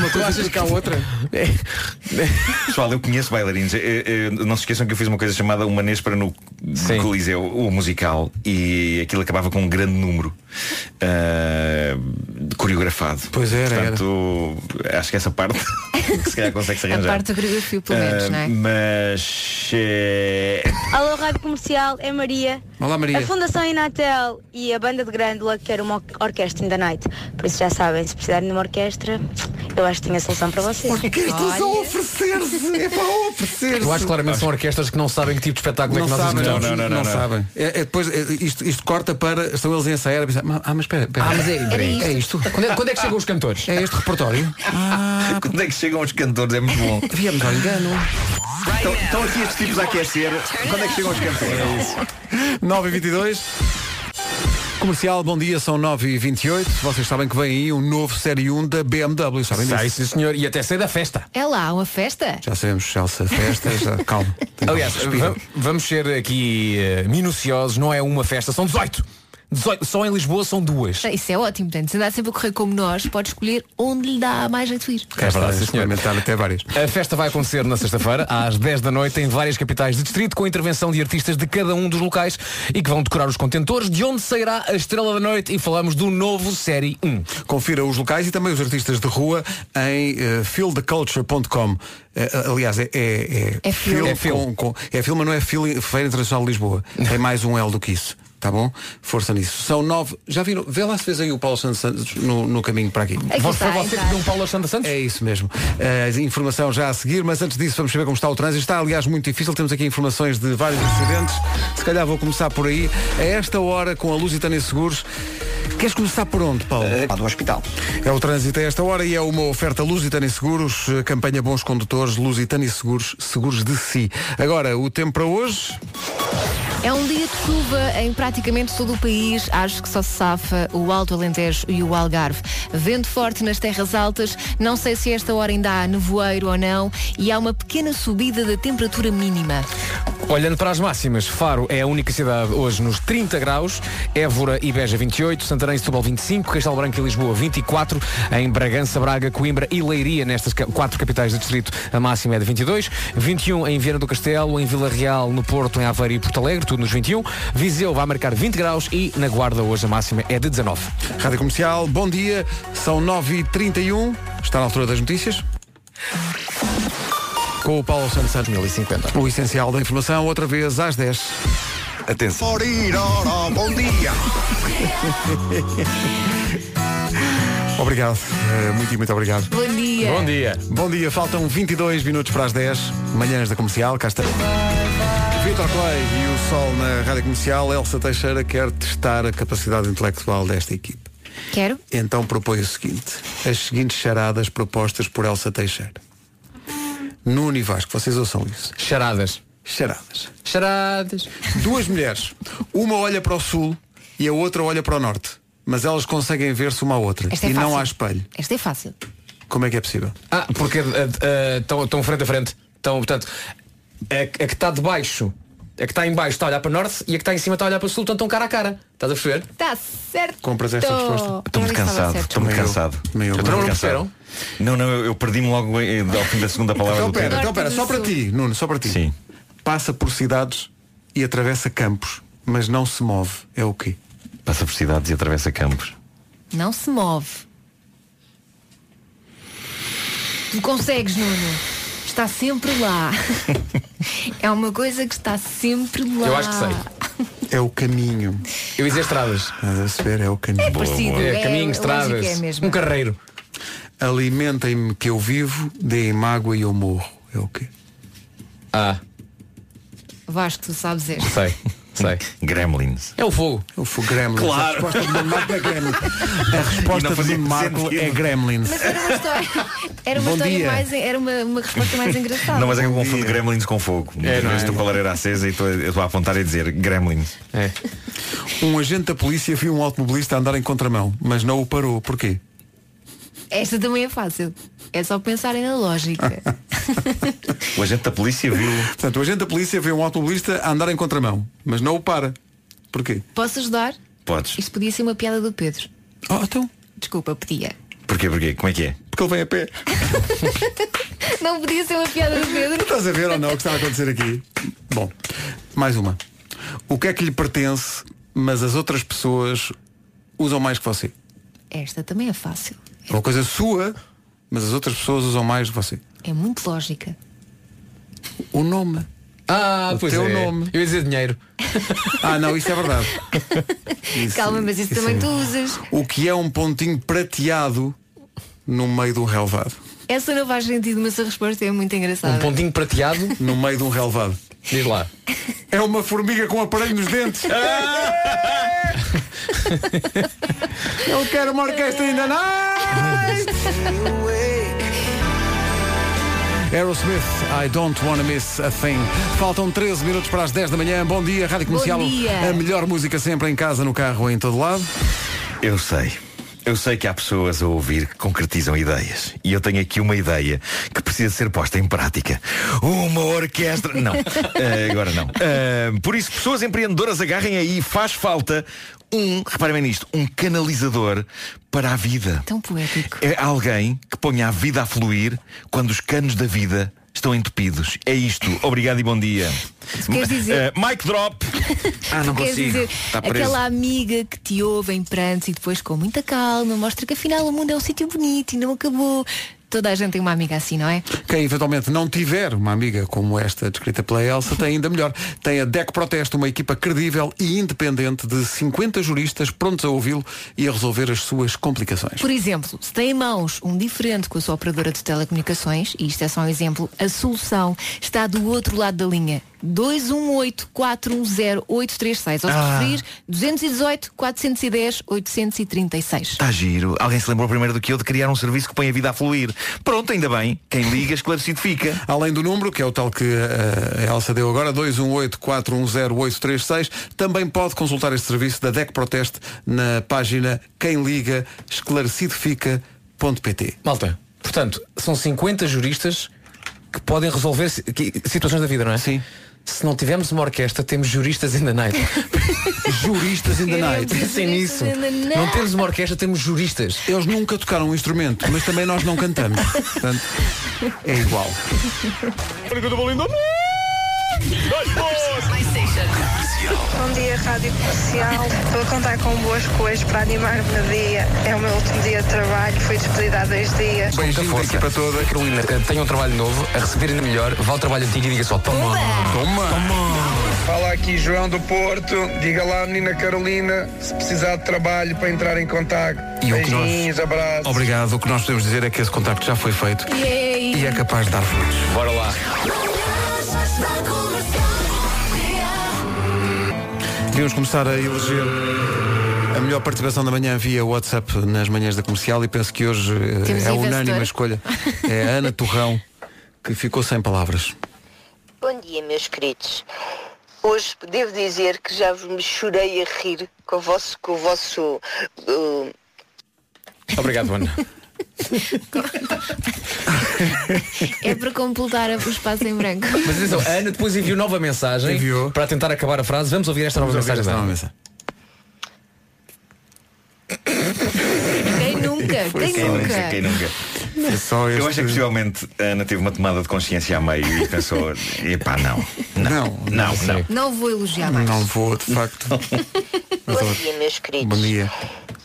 uma coisa achas que há outra? é.
Pessoal, eu conheço bailarinos. Eu- eu- não se esqueçam que eu fiz uma coisa chamada uma Nespera no Coliseu, o musical, e aquilo acabava com um grande número ah, coreografado.
Pois era, era.
Portanto, acho que essa parte se calhar consegue-se
A
arranjar.
parte do coreografio, pelo menos,
Ah,
não é?
Mas eh,
Alô, Rádio Comercial, é Maria.
Olá, Maria.
A Fundação Inatel e a Banda de Grândola querem uma or- orquestra in the night. Por isso já sabem, se precisarem de uma orquestra, eu acho que tenho a solução para vocês.
Orquestras a oferecer-se, é para oferecer-se.
Eu acho claramente que são orquestras que não sabem que tipo de espetáculo é
Não
que nós
sabem, não,
executamos.
não, não, não, sabem. É, é depois, é, isto, isto corta para. Estão eles em ensaiar a pensar. "Ma- Ah, mas espera, espera.
Ah, mas é- Era
isto.
isto.
É isto.
Quando é- quando é que chegam os cantores?
É este repertório.
Quando é que chegam os cantores? É muito bom.
Viemos ao engano.
Estão estão aqui estes tipos a aquecer. Quando é que chegam os cantores?
9 e 22 Comercial, bom dia, são 9h28. Vocês sabem que vem aí um novo Série 1 da BMW, sabem disso?
Sai, sim, senhor, e até sai da festa.
É lá, uma festa?
Já sabemos, Chelsea, festa, já, calma.
Aliás,
Respira.
va- vamos ser aqui eh, minuciosos, não é uma festa, são 18. 18. Só em Lisboa são duas.
Isso é ótimo, portanto, se andar sempre a correr como nós, pode escolher onde lhe dá mais jeito de ir.
É verdade, sim, senhor. experimentar até várias.
A festa vai acontecer na sexta-feira, às 10 da noite, em várias capitais de distrito, com a intervenção de artistas de cada um dos locais e que vão decorar os contentores, de onde sairá a estrela da noite e falamos do novo Série 1.
Confira os locais e também os artistas de rua em eh, fieldtheculture.com. Eh, aliás, é, é,
É feel.
feel
É feel.
com- com- é feel, mas não é feel, Feira Internacional de Lisboa. Tem mais um L do que isso. Tá bom? Força nisso. São nove. Já viram? Vê lá se fez aí o Paulo Santos Santos no, no caminho para aqui.
Aqui Foi está, você que deu um Paulo Santos Santos?
É isso mesmo. Eh, informação já a seguir, mas antes disso vamos saber como está o trânsito. Está, aliás, muito difícil. Temos aqui informações de vários acidentes. Se calhar vou começar por aí. A esta hora, com a Lusitânia Seguros, queres começar por onde, Paulo?
Eh,
do hospital.
É o trânsito a esta hora e é uma oferta Lusitânia Seguros, eh, campanha Bons Condutores, Lusitânia Seguros, seguros de si. Agora, o tempo para hoje.
É um dia de chuva em praticamente todo o país. Acho que só se safa o Alto Alentejo e o Algarve. Vento forte nas terras altas. Não sei se esta hora ainda há nevoeiro ou não. E há uma pequena subida da temperatura mínima.
Olhando para as máximas, Faro é a única cidade hoje nos 30 graus, Évora e Beja 28, Santarém e Setúbal 25, Castelo Branco e Lisboa 24, em Bragança, Braga, Coimbra e Leiria, nestas ca- quatro capitais do distrito, a máxima é de 22, 21 em Viana do Castelo, em Vila Real, no Porto, em Aveiro e Porto Alegre, tudo nos 21, Viseu vai marcar 20 graus e na Guarda hoje a máxima é de 19.
Rádio Comercial, bom dia, são 9h31, está na altura das notícias. Com o Paulo Santos Santos 1050. O essencial da informação, outra vez às 10. Atenção.
bom dia.
Obrigado, eh, muito e muito obrigado.
Bom dia.
Bom dia. Bom dia, faltam 22 minutos para as 10, manhãs da comercial, cá está. Vitor Clay e o Sol na Rádio Comercial, Elsa Teixeira quer testar a capacidade intelectual desta equipe.
Quero?
Então propõe o seguinte, as seguintes charadas propostas por Elsa Teixeira. Nuno e Vasco, vocês ouçam isso.
Charadas.
Charadas.
Charadas.
Duas mulheres. Uma olha para o sul e a outra olha para o norte. Mas elas conseguem ver-se uma à outra.
Esta é
e não
fácil.
há espelho.
Esta é fácil.
Como é que é possível?
Ah, porque estão é, frente a frente. Estão, portanto, a, a que está de baixo, a que está em baixo está a olhar para norte e a que está em cima está a olhar para sul, portanto estão cara a cara. Estás a perceber?
Está Tá certo.
Compras
esta
resposta.
Estou muito cansado, estou muito cansado.
eu.
Estou muito
Não
cansado. Não, não, eu, eu perdi-me logo eh, ao fim da segunda palavra
Então
do
pera,
tema.
então pera, só para ti, Nuno, só para ti. Sim. Passa por cidades e atravessa campos, mas não se move. É o quê?
Passa por cidades e atravessa campos.
Não se move. Tu consegues, Nuno. Está sempre lá. é uma coisa que está sempre lá.
Eu acho que sei.
É o caminho.
Eu ia dizer estradas.
Estás a perceber? É o caminho.
É parecido, Boa, boa. é-
É caminho,
a
estradas.
lógica é a mesma.
um carreiro.
Alimentem-me que eu vivo, deem-me água e eu morro. É o quê?
Ah,
Vasco, tu sabes este.
sei. Sei.
Gremlins.
É o fogo.
O fogo Gremlins.
Claro.
A resposta de Nuno Marco é Gremlins. A resposta de Nuno Marco é Gremlins.
Mas era uma história, era uma
Bom
história
dia.
mais. Era uma, uma resposta mais engraçada.
Não, mas é que eu confundo gremlins com fogo. Muitas vezes estou com a lareira acesa e estou a- eu estou a apontar e a dizer gremlins.
Um agente da polícia viu um automobilista andar em contramão, mas não o parou. Porquê?
Esta também é fácil. É só pensarem na lógica.
O agente da polícia viu.
Portanto, o agente da polícia vê um automobilista a andar em contramão, mas não o para. Porquê?
Posso ajudar?
Podes.
Isto podia ser uma piada do Pedro.
Oh, então.
Desculpa, podia.
Porquê, porquê? Como é que é?
Porque ele vem a pé.
Não podia ser uma piada do Pedro.
Estás a ver ou não o que está a acontecer aqui? Bom, mais uma. O que é que lhe pertence, mas as outras pessoas usam mais que você?
Esta também é fácil.
É uma coisa sua, mas as outras pessoas usam mais que você.
É muito lógica.
O nome.
Ah,
O
pois
teu
é.
nome.
Eu ia dizer dinheiro.
Ah, não, isso é verdade. Isso-
Calma, mas isso, também
é-
tu usas.
O que é um pontinho prateado no meio de um relvado?
Essa não faz sentido, mas a resposta é muito engraçada.
Um pontinho prateado? No meio de um relvado.
Diz lá.
É uma formiga com aparelho nos dentes. Ah! Eu quero uma orquestra ainda Aerosmith, I don't wanna miss a thing. Faltam 13 minutos para as 10 da manhã. Bom dia, Rádio
Bom
Comercial.
dia.
A melhor música sempre em casa, no carro, em todo lado.
Eu sei. Eu sei que há pessoas a ouvir que concretizam ideias. E eu tenho aqui uma ideia que precisa ser posta em prática. Uma orquestra. Não, eh, agora não. Eh, por isso, pessoas empreendedoras agarrem aí, faz falta um, reparem bem nisto, um canalizador para a vida.
Tão poético.
É alguém que ponha a vida a fluir quando os canos da vida estão entupidos. É isto. Obrigado e bom dia.
queres
Eh,
dizer-
mic drop. Ah, não
Queres
consigo.
dizer,
Está preso.
aquela amiga que te ouve em prantos e depois com muita calma mostra que afinal o mundo é um sítio bonito e não acabou. Toda a gente tem uma amiga assim, não é?
Quem eventualmente não tiver uma amiga como esta descrita pela Elsa tem ainda melhor. Tem a DEC Proteste, uma equipa credível e independente de 50 juristas prontos a ouvi-lo e a resolver as suas complicações.
Por exemplo, se tem em mãos um diferente com a sua operadora de telecomunicações, e isto é só um exemplo, a solução está do outro lado da linha. 218-410-836. Ou se
Ah.
preferir, 218-410-836.
Tá.
Está Tá giro. Alguém se lembrou primeiro do que eu de criar um serviço que põe a vida a fluir. Pronto, ainda bem. Quem liga, esclarecido fica.
Além do número, que é o tal que eh, a Elsa deu agora, 218-410-836, também pode consultar este serviço da DEC Proteste na página quem liga esclarecidofica.pt.
Malta, portanto, são 50 juristas que podem resolver si- que- situações da vida, não é? Sim. se não tivermos uma orquestra, temos juristas in the night.
juristas in the night.
Pensem nisso. Não temos uma orquestra, temos juristas.
Eles nunca tocaram um instrumento, mas também nós não cantamos. Portanto, é igual.
Bom dia, Rádio Comercial. Estou a contar com boas coisas para animar-me no dia. É o meu último dia de trabalho, fui despedida há dois dias.
Beijinho daqui para toda.
Carolina, eh, tenha um trabalho novo, a receber ainda melhor, vá ao trabalho antigo e diga só, toma.
Oh, Toma.
Fala aqui João do Porto. Diga lá, menina Carolina, se precisar de trabalho para entrar em contacto.
E o que nós-
Beijinhos, abraços.
Obrigado. O que nós podemos dizer é que esse contacto já foi feito
Yay.
e é capaz de dar frutos.
Bora lá.
Devíamos começar a eleger a melhor participação da manhã via WhatsApp nas manhãs da comercial e penso que hoje eh,
Temos
é
aí
unânime
vencedora.
a escolha. É a Ana Torrão que ficou sem palavras.
Bom dia, meus queridos. Hoje devo dizer que já me chorei a rir com o vosso, com o vosso uh,
Obrigado, Ana.
É para completar o espaço em branco.
Mas atenção, a Ana depois enviou nova mensagem para tentar acabar a frase. Vamos ouvir esta nova
Vamos ouvir
mensagem.
esta
da
nova
Ana.
mensagem.
Quem nunca? Quem nunca?
Quem nunca?
É
Eu acho que possivelmente a Ana teve uma tomada de consciência a meio e pensou, epá, não. Não, não, não.
Não vou elogiar mais.
Não vou, de facto.
Bom dia, meus queridos.
Bom dia.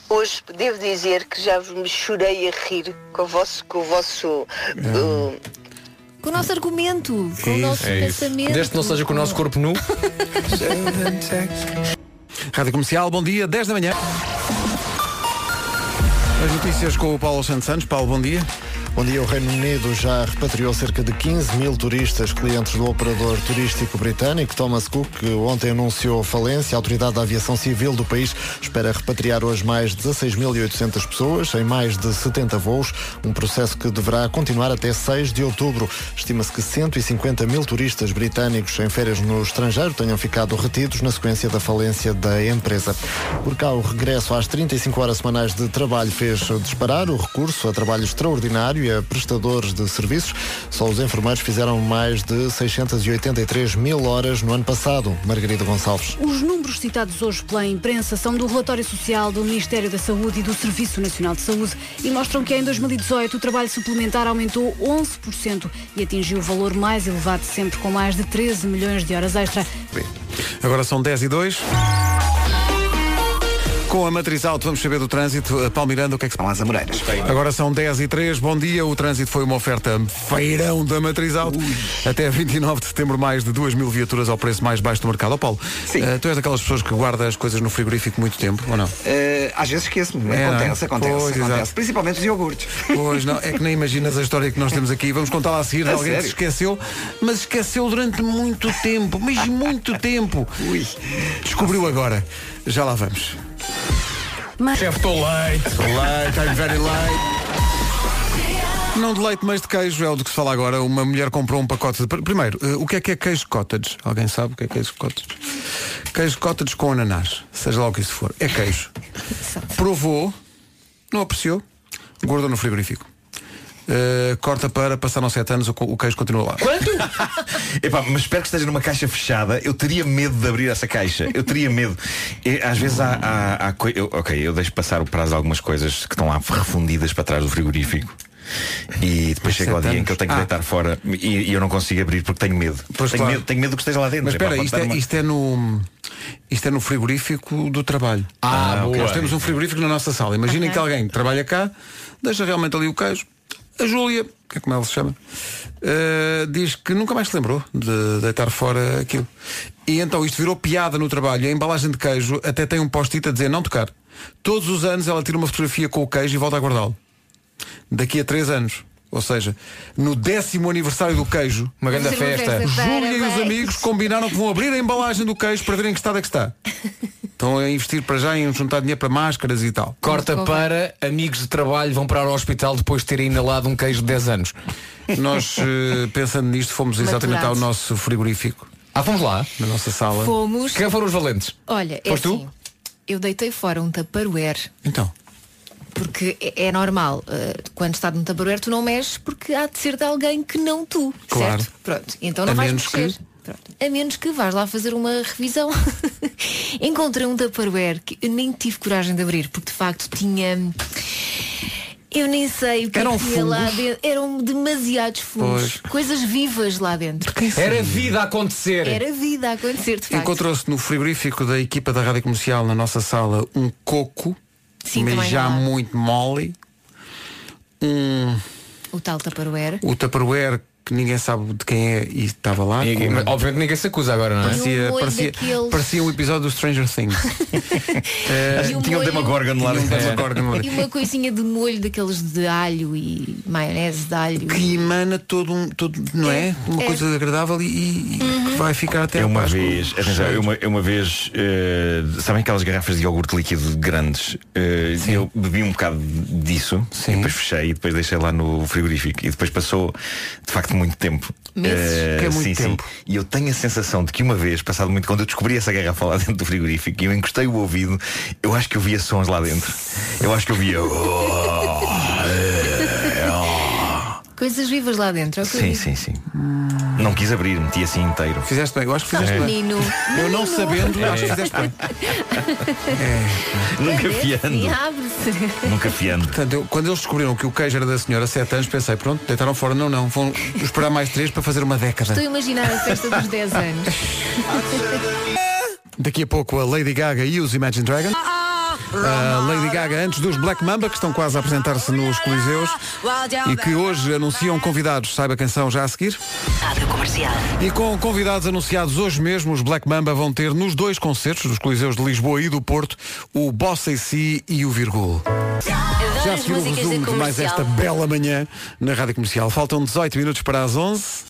Hoje devo dizer que já me chorei a rir com o vosso, com o vosso uh,
Hum.
Com o nosso argumento, com o nosso pensamento.
é Desde que não seja com o nosso corpo nu.
Rádio Comercial, bom dia, 10 da manhã. As notícias com o Paulo Santos Santos. Paulo, bom dia.
Bom dia, o Reino Unido já repatriou cerca de 15 mil turistas, clientes do operador turístico britânico Thomas Cook, que ontem anunciou falência. A Autoridade da Aviação Civil do país espera repatriar hoje mais 16.800 pessoas, em mais de 70 voos, um processo que deverá continuar até 6 de outubro. Estima-se que 150 mil turistas britânicos em férias no estrangeiro tenham ficado retidos na sequência da falência da empresa. Por cá, o regresso às 35 horas semanais de trabalho fez disparar o recurso a trabalho extraordinário e a prestadores de serviços. Só os enfermeiros fizeram mais de 683 mil horas no ano passado. Margarida Gonçalves.
Os números citados hoje pela imprensa são do relatório social do Ministério da Saúde e do Serviço Nacional de Saúde e mostram que em 2018 o trabalho suplementar aumentou 11% e atingiu o valor mais elevado de sempre, com mais de 13 milhões de horas extra.
Agora são 10 e 2. Com a Matriz Alto, vamos saber do trânsito. Palmirando, o que é que são
as Amoreiras?
Agora são 10 e 3. Bom dia. O trânsito foi uma oferta feirão da Matriz Alto. Até 29 de setembro, mais de 2 mil viaturas ao preço mais baixo do mercado. Ó Paulo, eh, tu és daquelas pessoas que guarda as coisas no frigorífico muito tempo, ou não?
Eh, às vezes esqueço-me.
É, não é?
acontece, acontece,
Pois,
acontece.
exato.
Principalmente os iogurtes.
Pois não, é que nem imaginas a história que nós temos aqui. Vamos contá-la a seguir. é? de
A
alguém que se
sério?
esqueceu, mas esqueceu durante muito tempo, mas muito tempo. Descobriu agora. Já lá vamos. Chefe, estou late. Late, I'm very late. Não de leite, mas de queijo é o de que se fala agora. Uma mulher comprou um pacote de. pr- Primeiro, eh, o que é que é queijo cottage? Alguém sabe o que é queijo cottage? Queijo cottage com ananás, seja lá o que isso for. É queijo. Provou, não apreciou, guardou no frigorífico. Eh, corta para, passaram sete anos, o, co- o queijo continua lá.
Quanto? Epá, mas espero que esteja numa caixa fechada. Eu teria medo de abrir essa caixa. Eu teria medo. E, às vezes há, há, há coi- eu- Ok, eu deixo passar o prazo de algumas coisas que estão lá refundidas para trás do frigorífico. E depois chega o dia em que eu tenho que deitar fora e, e eu não consigo abrir porque tenho medo.
Ah. Pois
tenho,
claro.
medo tenho medo do que esteja lá dentro.
Mas
Epá,
espera,
pode
isto
dar
é,
uma-
isto é no isto é no frigorífico do trabalho.
Ah,
ok.
boa.
Nós temos um frigorífico na nossa sala. Imaginem que alguém trabalha cá, deixa realmente ali o queijo. A Júlia, que é como ela se chama, eh, diz que nunca mais se lembrou de deitar fora aquilo. E então isto virou piada no trabalho. A embalagem de queijo até tem um post-it a dizer não tocar. Todos os anos ela tira uma fotografia com o queijo e volta a guardá-lo. Daqui a três anos. Ou seja, no décimo aniversário do queijo,
Uma grande Fazer uma festa. festa,
Júlia e os
parabéns.
amigos combinaram que vão abrir a embalagem do queijo para verem que estado é que está. Estão a investir para já em juntar dinheiro para máscaras e tal.
Corta para amigos de trabalho vão parar ao hospital depois de terem inalado um queijo de 10 anos.
Nós, eh, pensando nisto, fomos exatamente ao
Maturados.
nosso frigorífico.
Ah, fomos lá?
Na nossa sala.
Fomos.
Quem foram os valentes?
Olha, é
Foste tu?
assim, eu deitei fora um Tupperware.
Então.
Porque é é normal, eh, quando está num Tupperware tu não mexes porque há de ser de alguém que não tu,
Claro.
certo? Pronto, então não
a
vais
menos
mexer.
que
Pronto. A menos que vais lá fazer uma revisão. Encontrei um Tupperware que eu nem tive coragem de abrir, porque de facto tinha. Eu nem sei o que
Eram
é que tinha lá
fungos?
dentro. Eram demasiados fungos. Coisas vivas lá dentro.
Era vida a acontecer.
Era vida a acontecer, de facto.
Encontrou-se no frigorífico da equipa da Rádio Comercial, na nossa sala, um coco,
Sim,
mas
também
já
não há.
muito mole, um,
O tal Tupperware.
o Tupperware que ninguém sabe de quem é e estava lá.
Ninguém- mas,
obviamente ninguém se acusa agora,
não é?
E um
Parecia,
molho
parecia,
um daqueles-
parecia um episódio do Stranger Things. Eh,
E um Tinha um molho- Demogorgon
lá
Tinha um
dentro.
Demogorgon lá
E
dentro.
uma coisinha de molho daqueles de alho e maionese de alho.
Que emana todo um. Todo, não é? Uma
é. Uhum.
coisa agradável e, e que vai ficar até
Eu
à
uma
Páscoa.
vez, atenção, eu uma, eu uma vez, eh, sabem aquelas garrafas de iogurte líquido grandes? Eh, eu bebi um bocado disso, e depois fechei e depois deixei lá no frigorífico. E depois passou, de facto, muito tempo.
Meses?
Eh,
Que é muito
sim,
tempo.
sim. E eu tenho a sensação de que uma vez, passado muito, quando eu descobri essa garrafa lá dentro do frigorífico e eu encostei o ouvido, eu acho que eu via sons lá dentro. Eu acho que eu via. "Oh,
Coisas vivas lá dentro. é o que eu
Sim,
digo.
sim, sim.
Ah.
Não quis abrir, meti assim inteiro.
Fizeste bem, eu acho que
fizeste bem. menino.
Eu não
Menino.
sabendo, acho
É.
que fizeste bem.
Nunca
Pois é, Sim, abre-se.
Nunca fiando.
Portanto, eu- quando eles descobriram que o queijo era da senhora há 7 anos, pensei, pronto, deitaram fora. Não, não, vão esperar mais 3 para fazer uma década.
Estou a imaginar a festa dos 10 anos.
Daqui a pouco a Lady Gaga e os Imagine Dragons. A Lady Gaga antes dos Black Mamba, que estão quase a apresentar-se nos Coliseus e que hoje anunciam convidados. Saiba a canção já a seguir.
Rádio Comercial.
E com convidados anunciados hoje mesmo, os Black Mamba vão ter nos dois concertos dos Coliseus de Lisboa e do Porto o Bossa e Si e o Virgul.
Adoro
Já
as
seguiu o
músicas
resumo
da
de mais
comercial.
esta bela manhã na Rádio Comercial. Faltam 18 minutos para as 11.